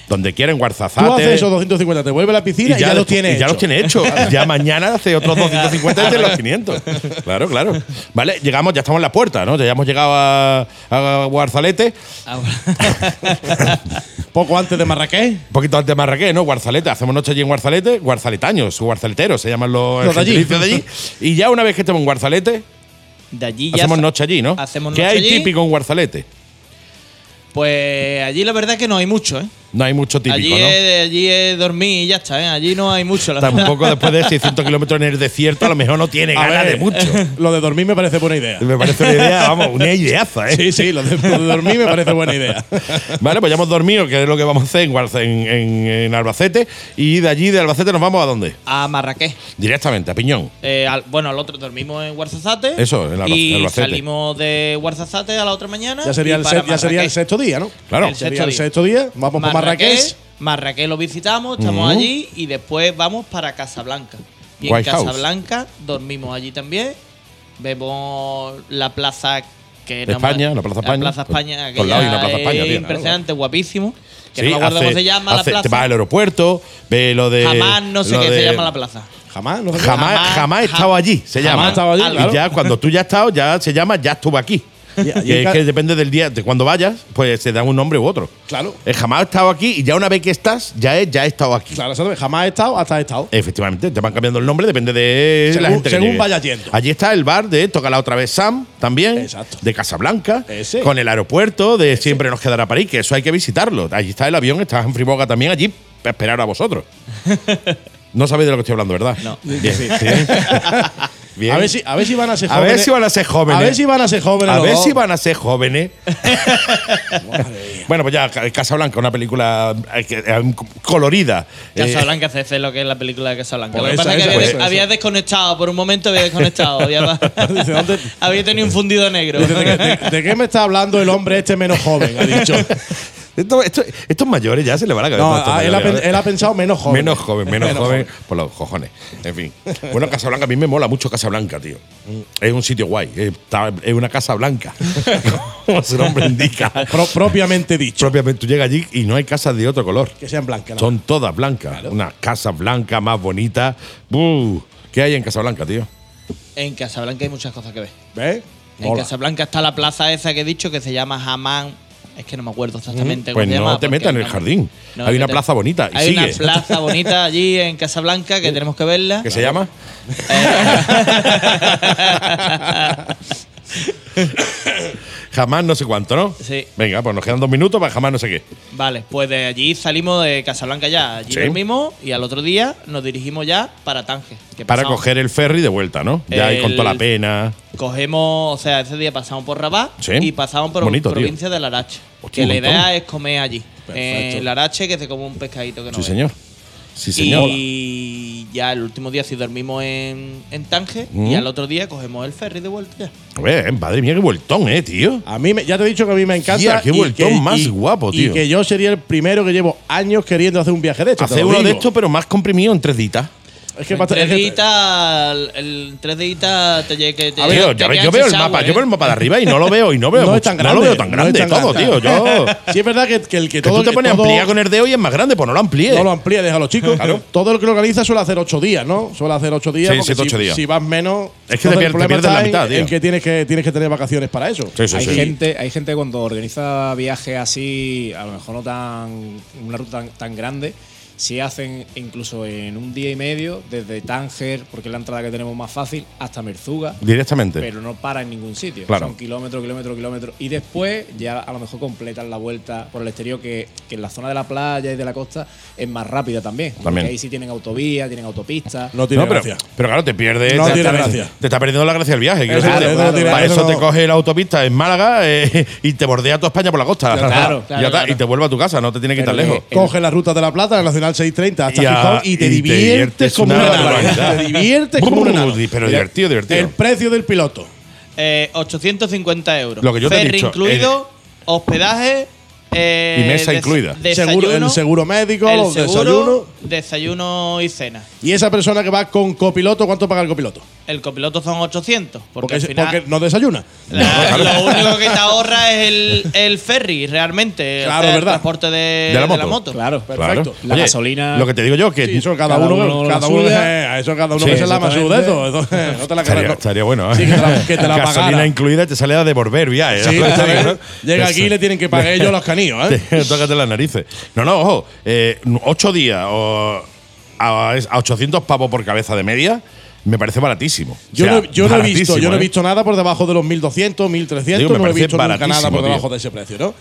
Speaker 5: donde quiera, en Guarzazate.
Speaker 6: Tú haces esos 250, te vuelve a la piscina y ya, los
Speaker 5: despu-
Speaker 6: tienes.
Speaker 5: y ya los
Speaker 6: hechos.
Speaker 5: tiene hecho. ya mañana hace otros 250 y hace los 500. Claro, claro. Vale, llegamos, ya estamos en la puerta, ¿no? Ya hemos llegado a, a Guarzalete.
Speaker 6: Poco antes de Marrakech.
Speaker 5: Un poquito antes de Marrakech, ¿no? Guarzalete. Hacemos noche allí en Guarzalete. Guarzaletaños, guarzaleteros se llaman los
Speaker 6: Los de allí.
Speaker 5: gentilicios de allí. Y ya una vez que estemos en Guarzalete,
Speaker 9: De allí ya.
Speaker 5: hacemos
Speaker 9: sa-
Speaker 5: noche allí, ¿no?
Speaker 9: Hacemos
Speaker 5: ¿Qué
Speaker 9: noche
Speaker 5: hay
Speaker 9: allí.
Speaker 5: típico en Guarzalete?
Speaker 9: Pues allí la verdad es que no hay mucho, ¿eh?
Speaker 5: No hay mucho típico,
Speaker 9: allí,
Speaker 5: ¿no?
Speaker 9: es, allí es dormir y ya está, ¿eh? Allí no hay mucho. La verdad.
Speaker 5: Tampoco después de 600 kilómetros en el desierto, a lo mejor no tiene
Speaker 6: A
Speaker 5: ganas
Speaker 6: ver,
Speaker 5: de mucho.
Speaker 6: Lo de dormir me parece buena idea.
Speaker 5: Me parece una idea, vamos, una ideaza, ¿eh?
Speaker 6: Sí, sí, lo de, lo de dormir me parece buena idea.
Speaker 5: Vale, pues ya hemos dormido, que es lo que vamos a hacer en, Guarza- en- en- en Albacete. Y de allí, de Albacete, nos vamos a dónde?
Speaker 9: A Marrakech.
Speaker 5: Directamente, a Piñón.
Speaker 9: Eh, al- bueno, al otro dormimos en Guarzazate.
Speaker 5: Eso, en Alba-
Speaker 9: Y
Speaker 5: Albacete.
Speaker 9: salimos de Guarzazate a la otra mañana.
Speaker 6: Ya sería,
Speaker 9: y
Speaker 6: el,
Speaker 9: para
Speaker 6: se- ya sería el
Speaker 9: Marrakech.
Speaker 6: sexto día, ¿no?
Speaker 5: Claro.
Speaker 9: El
Speaker 6: Sería el
Speaker 9: sexto
Speaker 6: sexto día. Vamos por Marrakech.
Speaker 9: Marrakech. Marrakech lo visitamos, estamos allí y después vamos para Casablanca. Y en
Speaker 5: White House.
Speaker 9: Casablanca dormimos allí también. Vemos la plaza que
Speaker 5: De
Speaker 9: no me-
Speaker 5: España, la Plaza España.
Speaker 9: La Plaza España,
Speaker 5: Por lado hay una
Speaker 9: aquella
Speaker 5: Plaza España,
Speaker 9: es
Speaker 5: tío,
Speaker 9: impresionante, guapísimo. Que
Speaker 5: Sí,
Speaker 9: no me acuerdo cómo
Speaker 5: hace-
Speaker 9: se llama
Speaker 5: hace-
Speaker 9: la
Speaker 5: Te vas al
Speaker 9: plaza.
Speaker 5: aeropuerto, ve lo de.
Speaker 9: Jamás no sé
Speaker 5: lo
Speaker 9: qué
Speaker 5: de-
Speaker 9: se llama la plaza.
Speaker 6: Jamás, no sé qué.
Speaker 5: Jamás, jamás,
Speaker 9: Jamás-
Speaker 5: he estado
Speaker 9: jam-
Speaker 5: allí, se
Speaker 9: jamás
Speaker 5: llama.
Speaker 9: he estado allí,
Speaker 5: y
Speaker 9: claro.
Speaker 5: ya cuando tú ya has estado, ya se llama, ya estuvo aquí.
Speaker 6: Y- y
Speaker 5: Que
Speaker 6: en
Speaker 5: es
Speaker 6: ca-
Speaker 5: que depende del día, de cuando vayas, pues se dan un nombre u otro.
Speaker 6: Claro.
Speaker 5: Eh, jamás he estado aquí y ya una vez que estás, ya he, ya he estado aquí.
Speaker 6: Claro, ¿sabes? jamás he estado hasta he estado.
Speaker 5: Efectivamente, te van cambiando el nombre, depende de la
Speaker 6: Según-
Speaker 5: gente. que
Speaker 6: según
Speaker 5: llegue.
Speaker 6: vaya yendo.
Speaker 5: Allí está el bar de Toca la otra vez Sam, también,
Speaker 6: Exacto.
Speaker 5: de Casablanca,
Speaker 6: Ese.
Speaker 5: con el aeropuerto de Siempre nos quedará París, que eso hay que visitarlo. Allí está el avión, estás en Friboga también, allí para esperar a vosotros. no sabéis de lo que estoy hablando, ¿verdad? No. Bien, sí. Bien.
Speaker 6: A ver, si, a ver si van a ser
Speaker 5: A
Speaker 6: jóvenes.
Speaker 5: ver si van a ser jóvenes.
Speaker 6: A ver si van a ser jóvenes.
Speaker 5: A
Speaker 6: los
Speaker 5: ver
Speaker 6: dos.
Speaker 5: si van a ser jóvenes. bueno, pues ya, Ca- Casablanca, una película eh, que- eh, colorida. Eh,
Speaker 9: Casablanca CC, lo que es la película de Casablanca.
Speaker 6: Pues
Speaker 9: lo que
Speaker 6: esa,
Speaker 9: pasa es que
Speaker 6: esa,
Speaker 9: había,
Speaker 6: pues esa.
Speaker 9: había desconectado, por un momento había desconectado. había,
Speaker 6: Dice, ¿dónde-
Speaker 9: había tenido un fundido negro.
Speaker 6: ¿De, de- de qué me está hablando el hombre este menos joven? Ha dicho.
Speaker 5: Esto- esto- estos mayores ya se le van a caer.
Speaker 6: No, ah, él, ha, pen- él ha pensado menos joven.
Speaker 5: Menos joven, menos joven por los cojones. En fin. Bueno, Casablanca, a mí me mola mucho Casablanca, tío. Es un sitio guay. Es ta- es una casa blanca, como su nombre indica.
Speaker 6: Pro- propiamente dicho.
Speaker 5: Propiamente tú llegas allí y no hay casas de otro color.
Speaker 6: Que sean blancas. ¿no?
Speaker 5: Son todas blancas. Una casa blanca más bonita. ¡Buh! ¿Qué hay en Casablanca, tío?
Speaker 9: En Casablanca hay muchas cosas que ver.
Speaker 6: ¿Ves?
Speaker 9: En
Speaker 6: Mola.
Speaker 9: Casablanca está la plaza esa que he dicho que se llama Jamán. Es que no me acuerdo exactamente.
Speaker 5: Pues
Speaker 9: cómo se
Speaker 5: no
Speaker 9: llama,
Speaker 5: te
Speaker 9: porque
Speaker 5: metas en el
Speaker 9: no-
Speaker 5: jardín.
Speaker 9: no
Speaker 5: Hay
Speaker 9: me
Speaker 5: una
Speaker 9: meto.
Speaker 5: plaza bonita. Y
Speaker 9: Hay
Speaker 5: sigue.
Speaker 9: una plaza bonita allí en Casablanca que tenemos que verla. Eh,
Speaker 5: ¿Qué se llama? jamás no sé cuánto, ¿no?
Speaker 9: Sí.
Speaker 5: Venga, pues nos quedan dos minutos para jamás no sé qué.
Speaker 9: Vale, pues de allí salimos de Casablanca ya. Allí
Speaker 5: Sí.
Speaker 9: dormimos y al otro día nos dirigimos ya para Tange. que
Speaker 5: Para
Speaker 9: pasamos-
Speaker 5: coger el ferry de vuelta, ¿no? Ya ahí con toda la
Speaker 9: El-
Speaker 5: pena.
Speaker 9: Cogemos, o sea, ese día pasamos por Rabat
Speaker 5: Sí.
Speaker 9: y pasamos por
Speaker 5: Bonito, tío.
Speaker 9: provincia de Larache. Que la
Speaker 5: un montón.
Speaker 9: idea es comer allí.
Speaker 6: Perfecto.
Speaker 9: En Larache, que se come un pescadito que no
Speaker 5: Sí,
Speaker 9: ve.
Speaker 5: señor. Sí, señor.
Speaker 9: Y ya el último día, si dormimos en, en Tange, y al otro día cogemos el ferry de vuelta ya.
Speaker 5: Hombre, madre mía, qué vueltón, eh, tío.
Speaker 6: A mí, me- ya te he dicho que a mí me encanta.
Speaker 5: Tía, qué
Speaker 6: y
Speaker 5: vueltón
Speaker 6: que-
Speaker 5: más
Speaker 6: y-
Speaker 5: guapo, tío.
Speaker 6: Y que yo sería el primero que llevo años queriendo hacer un viaje de estos. te
Speaker 5: Hacer
Speaker 6: lo
Speaker 5: uno de
Speaker 6: digo.
Speaker 5: estos, pero más comprimido en tres ditas.
Speaker 6: Es que
Speaker 9: En
Speaker 6: basta- es
Speaker 9: tres
Speaker 6: que-
Speaker 9: deditas, el, el tres deditas te llega que te,
Speaker 5: A ver,
Speaker 9: te
Speaker 5: ya ves,
Speaker 9: queda
Speaker 5: yo veo el
Speaker 9: ese
Speaker 5: mapa,
Speaker 9: agua,
Speaker 5: yo veo
Speaker 9: ¿eh?
Speaker 5: el mapa de arriba y no lo veo y no veo.
Speaker 6: No es
Speaker 5: mucho-
Speaker 6: tan
Speaker 5: no
Speaker 6: grande.
Speaker 5: lo veo tan
Speaker 6: no es
Speaker 5: grande
Speaker 6: tan
Speaker 5: todo, tío. Yo.
Speaker 6: grande. Sí, es verdad que, que el que
Speaker 5: Que
Speaker 6: todo.
Speaker 5: tú te
Speaker 6: que
Speaker 5: pones a
Speaker 6: todo-
Speaker 5: ampliar con el dedo y es más grande, pues no lo amplíes.
Speaker 6: No lo amplíes, déjalo, chicos.
Speaker 5: Claro.
Speaker 6: Todo lo que lo organiza suele hacer ocho días, ¿no? Suele hacer ocho días.
Speaker 5: Sí,
Speaker 6: porque
Speaker 5: siete,
Speaker 6: si,
Speaker 5: ocho días.
Speaker 6: Si vas menos.
Speaker 5: Es que te
Speaker 6: entonces el
Speaker 5: pier- te
Speaker 6: problema
Speaker 5: pierdes la
Speaker 6: está en-
Speaker 5: mitad, tío.
Speaker 6: En que tienes, que tienes que tener vacaciones para eso.
Speaker 5: Sí, sí,
Speaker 10: hay
Speaker 5: sí.
Speaker 10: gente, hay gente cuando organiza viajes así, a lo mejor no tan una ruta tan, tan grande, si hacen incluso en un día y medio desde Tánger, porque es la entrada que tenemos más fácil, hasta Merzuga,
Speaker 5: Directamente.
Speaker 10: pero no para en ningún sitio.
Speaker 5: Claro.
Speaker 10: Son kilómetro, kilómetro, kilómetro y después ya a lo mejor completan la vuelta por el exterior que, que en la zona de la playa y de la costa es más rápida también. porque
Speaker 5: También.
Speaker 10: ahí sí tienen autovía, tienen autopista.
Speaker 6: No tiene
Speaker 5: No, pero,
Speaker 6: gracia.
Speaker 5: pero claro, te pierdes.
Speaker 6: No
Speaker 5: te,
Speaker 6: tiene
Speaker 5: te-
Speaker 6: gracia.
Speaker 5: te está perdiendo la gracia del viaje. quiero
Speaker 6: Eso-
Speaker 5: decirte.
Speaker 6: eso no tiene-
Speaker 5: Para
Speaker 6: eso
Speaker 5: eso te
Speaker 6: no-
Speaker 5: coge la autopista en Málaga eh, y te bordea toda España por la costa.
Speaker 10: Claro, claro,
Speaker 5: ya está,
Speaker 10: claro.
Speaker 5: Y te vuelve a tu casa, no te tiene que ir tan
Speaker 10: Pero
Speaker 5: lejos.
Speaker 10: que-
Speaker 6: Coge la ruta de la plata, la Nacional 630, hasta
Speaker 5: Y a-
Speaker 6: Gijón y te
Speaker 5: y te
Speaker 6: diviertes
Speaker 5: diviertes una
Speaker 6: como una nana.
Speaker 5: barbaridad.
Speaker 6: Te diviertes como una nana.
Speaker 5: Uy, pero
Speaker 6: Mira,
Speaker 5: divertido, divertido.
Speaker 6: El precio del piloto.
Speaker 9: Eh, 850 euros.
Speaker 5: Lo que yo te he
Speaker 9: Ferry
Speaker 5: dicho,
Speaker 9: incluido, hospedaje. eh,
Speaker 5: Y mesa
Speaker 9: des-
Speaker 5: incluida.
Speaker 9: Desayuno,
Speaker 6: Seguro, el seguro médico,
Speaker 9: el
Speaker 6: los
Speaker 9: seguro,
Speaker 6: desayunos.
Speaker 9: desayuno y cena.
Speaker 6: Y esa persona que va con copiloto, ¿cuánto paga el copiloto?
Speaker 9: El copiloto son 800. Porque,
Speaker 6: Porque,
Speaker 9: al
Speaker 6: es-
Speaker 9: final.
Speaker 6: porque no desayuna.
Speaker 9: la- lo único que te ahorra es el, el ferry, realmente.
Speaker 6: Claro,
Speaker 9: o sea, el
Speaker 6: verdad.
Speaker 9: transporte de,
Speaker 5: De la
Speaker 9: de
Speaker 5: moto.
Speaker 10: Claro,
Speaker 6: perfecto.
Speaker 10: La gasolina-
Speaker 5: Lo que te digo yo, que
Speaker 6: Sí, eso cada,
Speaker 10: cada
Speaker 6: uno,
Speaker 10: uno la
Speaker 6: cada uno,
Speaker 10: suya.
Speaker 6: eh, a eso cada uno
Speaker 5: Sí,
Speaker 6: que se lama su
Speaker 10: exactamente.
Speaker 6: dedo. entonces, No te la
Speaker 5: estaría,
Speaker 6: cargas, no.
Speaker 5: estaría bueno. ¿eh?
Speaker 6: Sí, que te la, que te la
Speaker 5: Gasolina
Speaker 6: pagara.
Speaker 5: incluida te sale a devolver ya. ¿eh?
Speaker 6: Sí,
Speaker 5: Claro,
Speaker 6: a ver,
Speaker 5: ¿no?
Speaker 6: Llega aquí y le tienen que pagar ellos los canillos, ¿eh?
Speaker 5: Tócate las narices. No, no, ojo. eh, ocho días o a, a 800 pavos por cabeza de media me parece baratísimo. O
Speaker 6: Yo,
Speaker 5: sea,
Speaker 6: no, yo no he visto, yo no he
Speaker 5: baratísimo, ¿eh?
Speaker 6: visto nada por debajo de los 1200, 1300,
Speaker 5: Digo, me
Speaker 6: no he
Speaker 5: parece
Speaker 6: visto nunca
Speaker 5: baratísimo,
Speaker 6: nada por debajo
Speaker 5: tío. Mm.
Speaker 6: de ese precio, ¿no?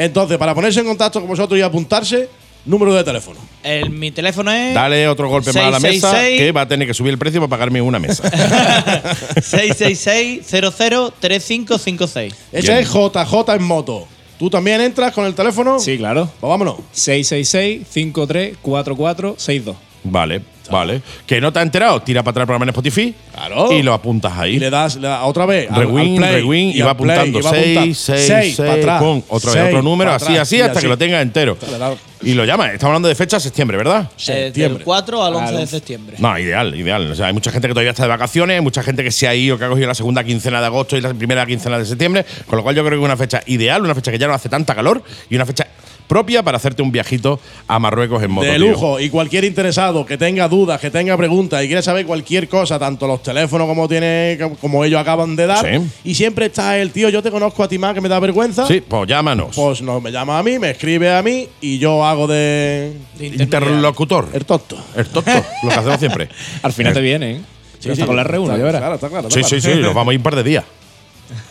Speaker 6: Entonces, para ponerse en contacto con vosotros y apuntarse, número de teléfono.
Speaker 9: El- mi teléfono es.
Speaker 5: Dale otro golpe más a la mesa
Speaker 9: 666.
Speaker 5: que va a tener que subir el precio para pagarme una mesa.
Speaker 9: 666 00 3556
Speaker 6: Ese es JJ en moto. ¿Tú también entras con el teléfono?
Speaker 10: Sí, claro.
Speaker 6: Pues vámonos.
Speaker 10: 666 534462
Speaker 5: vale, vale. Que no te ha enterado, tira para atrás el programa en Spotify
Speaker 6: Claro.
Speaker 5: y lo apuntas ahí.
Speaker 6: Y le das la- otra vez. al- al
Speaker 5: Rewind,
Speaker 6: play,
Speaker 5: rewind, y
Speaker 6: al
Speaker 5: va
Speaker 6: play,
Speaker 5: apuntando
Speaker 6: y va apuntando.
Speaker 5: 6, 6,
Speaker 6: Seis, pa'
Speaker 5: 6,
Speaker 6: atrás,
Speaker 5: pum, otra vez
Speaker 6: seis,
Speaker 5: otro número,
Speaker 6: pa'
Speaker 5: así,
Speaker 6: atrás,
Speaker 5: así,
Speaker 6: y
Speaker 5: hasta que lo tengas entero.
Speaker 6: Le das-
Speaker 5: Y lo llama, estamos hablando de fecha septiembre, ¿verdad?
Speaker 9: Del
Speaker 6: Septiembre.
Speaker 9: 4 al 11
Speaker 10: Claro.
Speaker 9: de septiembre.
Speaker 5: No, ideal, ideal. O sea, hay mucha gente que todavía está de vacaciones, hay mucha gente que se ha ido, que ha cogido la segunda quincena de agosto y la primera quincena de septiembre, con lo cual yo creo que es una fecha ideal, una fecha que ya no hace tanta calor y una fecha propia para hacerte un viajito a Marruecos en moto.
Speaker 6: De
Speaker 5: tío.
Speaker 6: lujo. Y cualquier interesado que tenga dudas, que tenga preguntas y quiera saber cualquier cosa, tanto los teléfonos como tiene, como ellos acaban de dar.
Speaker 5: Sí.
Speaker 6: Y siempre está el tío, yo te conozco a ti más que me da vergüenza.
Speaker 5: Sí, pues llámanos.
Speaker 6: Pues no, me llama a mí, me escribe a mí y yo hago de.
Speaker 5: Interlocutor.
Speaker 6: el tonto.
Speaker 5: El tonto, lo que hacemos siempre.
Speaker 10: Al final te viene, ¿eh? Pero hasta con la reunión,
Speaker 6: Está
Speaker 10: ya verás.
Speaker 6: claro, está claro. está
Speaker 5: Sí,
Speaker 6: claro.
Speaker 5: sí, sí, nos vamos a ir un par de días.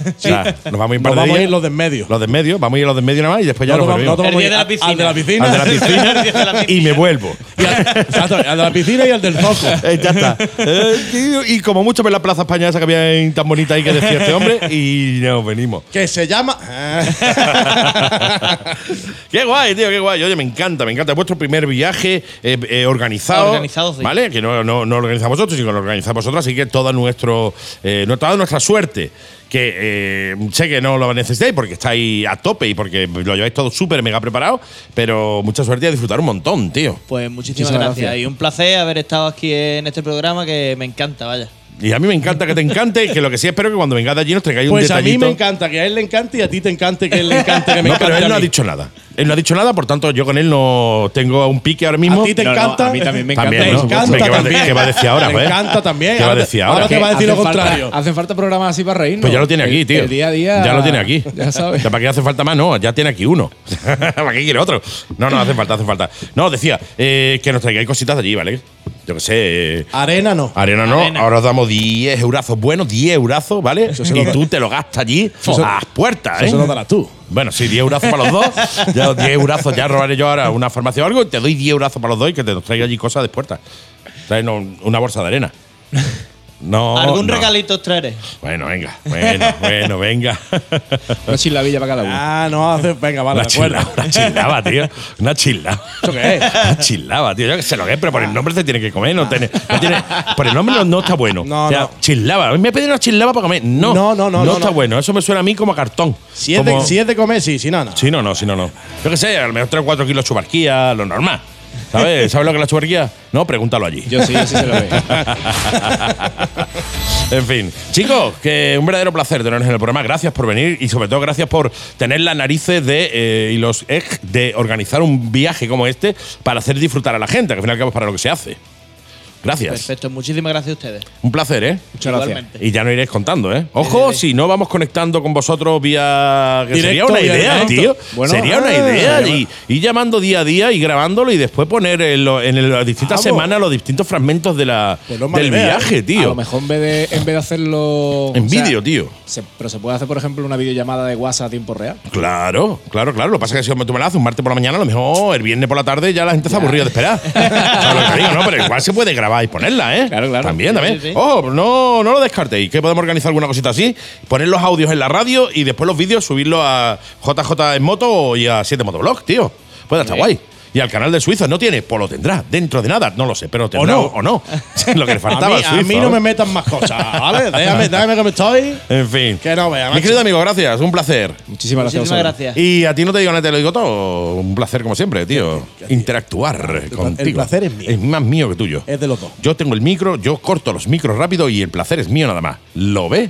Speaker 5: O sea, nos vamos a ir un par de
Speaker 6: Nos vamos a
Speaker 5: días.
Speaker 6: ir los de en medio.
Speaker 5: Los de en medio, vamos a ir a los de en medio nada más y después ya
Speaker 6: No
Speaker 5: nos
Speaker 6: nos
Speaker 5: volvemos.
Speaker 6: vamos-
Speaker 9: El
Speaker 6: Vamos
Speaker 9: día de
Speaker 6: a-
Speaker 9: la piscina.
Speaker 6: al de la piscina.
Speaker 5: Al de la
Speaker 9: El día de la
Speaker 5: piscina y me vuelvo.
Speaker 6: Y al, exacto, al de la piscina y al del zoco.
Speaker 5: Eh, ya está. Eh, y y como mucho ver la Plaza España esa que había en- tan bonita ahí que decía este hombre y nos venimos.
Speaker 6: Que se llama.
Speaker 5: qué guay, tío, qué guay. Oye, me encanta, me encanta. Vuestro primer viaje eh, eh, organizado.
Speaker 9: Organizado, sí.
Speaker 5: ¿Vale? Que no, no, no lo organizamos vosotros, sino lo organizamos vosotros. Así que toda, nuestro, eh, no- toda nuestra suerte. Que eh, sé que no lo necesitáis porque estáis a tope y porque lo lleváis todo súper mega preparado. Pero mucha suerte y a disfrutar un montón, tío.
Speaker 9: Pues muchísimas,
Speaker 10: Muchísimas
Speaker 9: gracias.
Speaker 10: gracias.
Speaker 9: y un placer haber estado aquí en este programa que me encanta, vaya.
Speaker 5: Y a mí me encanta que te encante. que lo que sí espero que cuando vengáis de allí nos traigáis un
Speaker 6: Pues a
Speaker 5: detallito.
Speaker 6: mí me encanta que a él le encante y a ti te encante que él le encante que me
Speaker 5: no,
Speaker 6: encante.
Speaker 5: pero él
Speaker 6: a
Speaker 5: no ha
Speaker 6: mí.
Speaker 5: dicho nada. Él no ha dicho nada, por tanto, yo con él no tengo un pique ahora mismo. Pues
Speaker 6: A ti te
Speaker 10: No, no,
Speaker 6: encanta.
Speaker 10: a mí también me encanta.
Speaker 5: También,
Speaker 10: por
Speaker 5: ¿no?
Speaker 10: supuesto.
Speaker 5: Hombre, ¿qué va a-
Speaker 6: también.
Speaker 5: qué va a decir ahora,
Speaker 6: Me
Speaker 5: pues?
Speaker 6: encanta también.
Speaker 5: ¿Qué va a
Speaker 6: Ahora-
Speaker 5: decir ahora?
Speaker 6: Ahora te va a decir lo
Speaker 10: Hacen
Speaker 6: contrario.
Speaker 10: Falta, hacen falta programas así para reírnos.
Speaker 5: Pues ya lo tiene aquí,
Speaker 10: El-
Speaker 5: tío.
Speaker 10: El día a día.
Speaker 5: Ya lo tiene aquí.
Speaker 10: Ya sabes.
Speaker 5: O sea, ¿Para qué hace falta más? No, ya tiene aquí uno. ¿Para qué quiere otro? No, no, hace falta, hace falta. No, decía eh, que nos traigáis cositas de allí, ¿vale? Yo qué sé. eh,
Speaker 6: Arena no.
Speaker 5: Arena no,
Speaker 9: Arena.
Speaker 5: ahora os damos 10 eurazos buenos, 10 eurazos, ¿vale? Y tú te lo gastas allí a las puertas, ¿eh?
Speaker 6: Eso lo darás tú.
Speaker 5: Bueno, sí, 10 eurazos para los dos. Ya los 10 eurazos ya robaré yo ahora una farmacia o algo. y Te doy 10 eurazos para los dos y que te traiga allí cosas de puerta. Traen un- una bolsa de arena.
Speaker 10: Oh,
Speaker 5: No.
Speaker 9: Algún
Speaker 5: no.
Speaker 9: regalito os traeré.
Speaker 5: Bueno, venga. Bueno, bueno, venga.
Speaker 10: Una chislavilla para cada uno.
Speaker 6: Ah, no hace. Venga, vale,
Speaker 5: Una
Speaker 6: de acuerdo.
Speaker 5: chilaba, una chilaba, tío. Una chilaba.
Speaker 6: ¿Eso qué es?
Speaker 5: Una chilaba, tío. Yo que sé lo que es, pero por el nombre se tiene que comer. No tiene, no tiene- por el nombre no, no está bueno.
Speaker 6: No, no.
Speaker 5: Chilaba. A mí me ha pedido una chilaba para comer. No.
Speaker 6: No, no, no, no,
Speaker 5: está
Speaker 6: no.
Speaker 5: bueno. Eso me suena a mí como a cartón.
Speaker 6: Si es, de,
Speaker 5: Como-
Speaker 6: si es de comer, sí, si no, no.
Speaker 5: Sí, no, no, sí, no, no. Yo qué sé, a lo mejor 3 o 4 kilos de chubarquía, lo normal. ¿Sabes? ¿Sabes lo que es la chubarquía? No, pregúntalo allí.
Speaker 10: Yo sí, yo sí se lo veo.
Speaker 5: en fin, chicos, que un verdadero placer tenernos en el programa. Gracias por venir y sobre todo gracias por tener las narices de, eh, y los ex de organizar un viaje como este para hacer disfrutar a la gente, que al final y al cabo es para lo que se hace. Gracias.
Speaker 9: Perfecto, muchísimas gracias a ustedes.
Speaker 5: Un placer, ¿eh?
Speaker 10: Muchas gracias.
Speaker 9: Igualmente.
Speaker 5: Y ya no iréis contando, ¿eh? Ojo, si no vamos conectando con vosotros vía. que
Speaker 6: Directo,
Speaker 5: sería una
Speaker 6: vía
Speaker 5: idea,
Speaker 6: directo.
Speaker 5: tío.
Speaker 10: Bueno,
Speaker 5: sería una
Speaker 10: ah,
Speaker 5: idea.
Speaker 10: bueno.
Speaker 5: Y, y llamando día a día y grabándolo y después poner en, lo- en el- las distintas
Speaker 6: Vamos.
Speaker 5: semanas los distintos fragmentos de la,
Speaker 6: Pues no es mala
Speaker 5: del
Speaker 6: idea,
Speaker 5: viaje,
Speaker 10: A
Speaker 5: tío.
Speaker 10: lo mejor en vez de, en vez de hacerlo.
Speaker 5: En
Speaker 10: o sea,
Speaker 5: vídeo, tío.
Speaker 10: se- pero se puede hacer, por ejemplo, una videollamada de WhatsApp a tiempo real.
Speaker 5: Claro, claro, claro. Lo que pasa es que si tú me la haces un martes por la mañana, a lo mejor el viernes por la tarde ya la gente está aburrida de esperar. Claro, lo que digo, ¿no? Pero igual se puede grabar y ponerla, ¿eh?
Speaker 10: Claro, claro.
Speaker 5: También,
Speaker 10: Sí,
Speaker 5: también.
Speaker 9: sí, sí.
Speaker 5: Oh, no, no lo descartéis. Que podemos organizar alguna cosita así, poner los audios en la radio y después los vídeos subirlos a JJ en moto y a 7 Motoblog, tío. Puede estar guay. Y al canal de Suizos no tiene, pues lo tendrá, dentro de nada, no lo sé, pero tendrá
Speaker 6: no.
Speaker 5: o no. lo que le
Speaker 6: A
Speaker 5: faltaba
Speaker 6: mí,
Speaker 5: al
Speaker 6: a mí
Speaker 5: Suizo,
Speaker 6: no
Speaker 5: ¿eh?
Speaker 6: me metan más cosas, ¿vale? Déjame, déjame que me estoy.
Speaker 5: En fin.
Speaker 6: Que no vea,
Speaker 5: Mi
Speaker 6: macho.
Speaker 5: querido amigo, gracias, un placer.
Speaker 10: Muchísimas gracias. a
Speaker 9: Muchísimas
Speaker 10: vosotros.
Speaker 9: gracias.
Speaker 5: Y a ti no te digo nada, te lo digo todo. Un placer como siempre, tío. Interactuar contigo.
Speaker 6: placer es mío.
Speaker 5: Es más mío que tuyo.
Speaker 6: Es de los dos.
Speaker 5: Yo tengo el micro, yo corto los micros rápido y el placer es mío nada más. ¿Lo ve?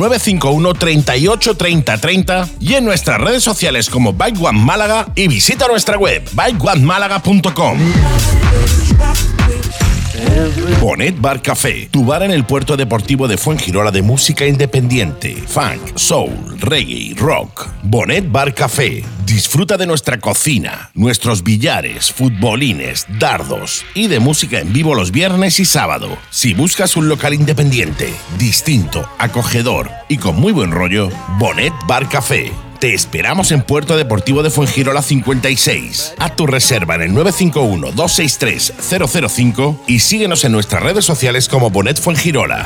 Speaker 11: 951 38 30 30 y en nuestras redes sociales como Bike One Málaga y visita nuestra web bikeonemálaga.com. Bonet Bar Café, tu bar en el puerto deportivo de Fuengirola de música independiente, funk, soul, reggae, rock. Bonet Bar Café, disfruta de nuestra cocina, nuestros billares, futbolines, dardos y de música en vivo los viernes y sábado. Si buscas un local independiente, distinto, acogedor y con muy buen rollo, Bonet Bar Café. Te esperamos en Puerto Deportivo de Fuengirola 56. Haz tu reserva en el 951-263-005 y síguenos en nuestras redes sociales como Bonet Fuengirola.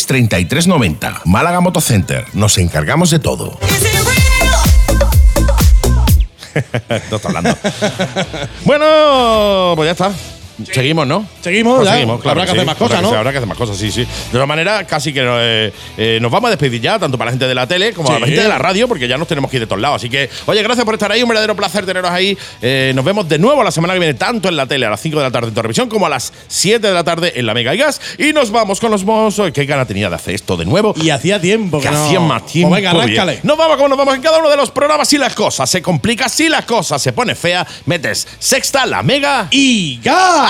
Speaker 11: 33 90. Málaga Moto Center, nos encargamos de todo.
Speaker 5: No está hablando. bueno, pues ya está. Seguimos, ¿no?
Speaker 6: Seguimos,
Speaker 5: Pues
Speaker 6: ya. Habrá
Speaker 5: claro
Speaker 6: que hacer
Speaker 5: sí.
Speaker 6: más cosas,
Speaker 5: Habrá que-
Speaker 6: ¿no?
Speaker 5: Habrá que hacer más cosas, sí, sí. De todas maneras, casi que eh, eh, nos vamos a despedir ya, tanto para la gente de la tele como para la
Speaker 6: Sí.
Speaker 5: gente de la radio, porque ya nos tenemos que ir de todos lados. Así que, oye, gracias por estar ahí, un verdadero placer teneros ahí. Eh, nos vemos de nuevo la semana que viene, tanto en la tele a las 5 de la tarde en Torrevisión como a las 7 de la tarde en la Mega y Gas. Y nos vamos con los mozos. Qué gana tenía de hacer esto de nuevo.
Speaker 6: Y hacía tiempo
Speaker 5: Que
Speaker 6: que no.
Speaker 5: hacían más
Speaker 6: Pues
Speaker 5: tiempo.
Speaker 6: venga,
Speaker 5: bien.
Speaker 6: arráncale.
Speaker 5: Nos vamos como nos vamos en cada uno de los programas. Si las cosas se complica, si las cosas se pone fea, metes sexta, la mega.
Speaker 6: Y gas.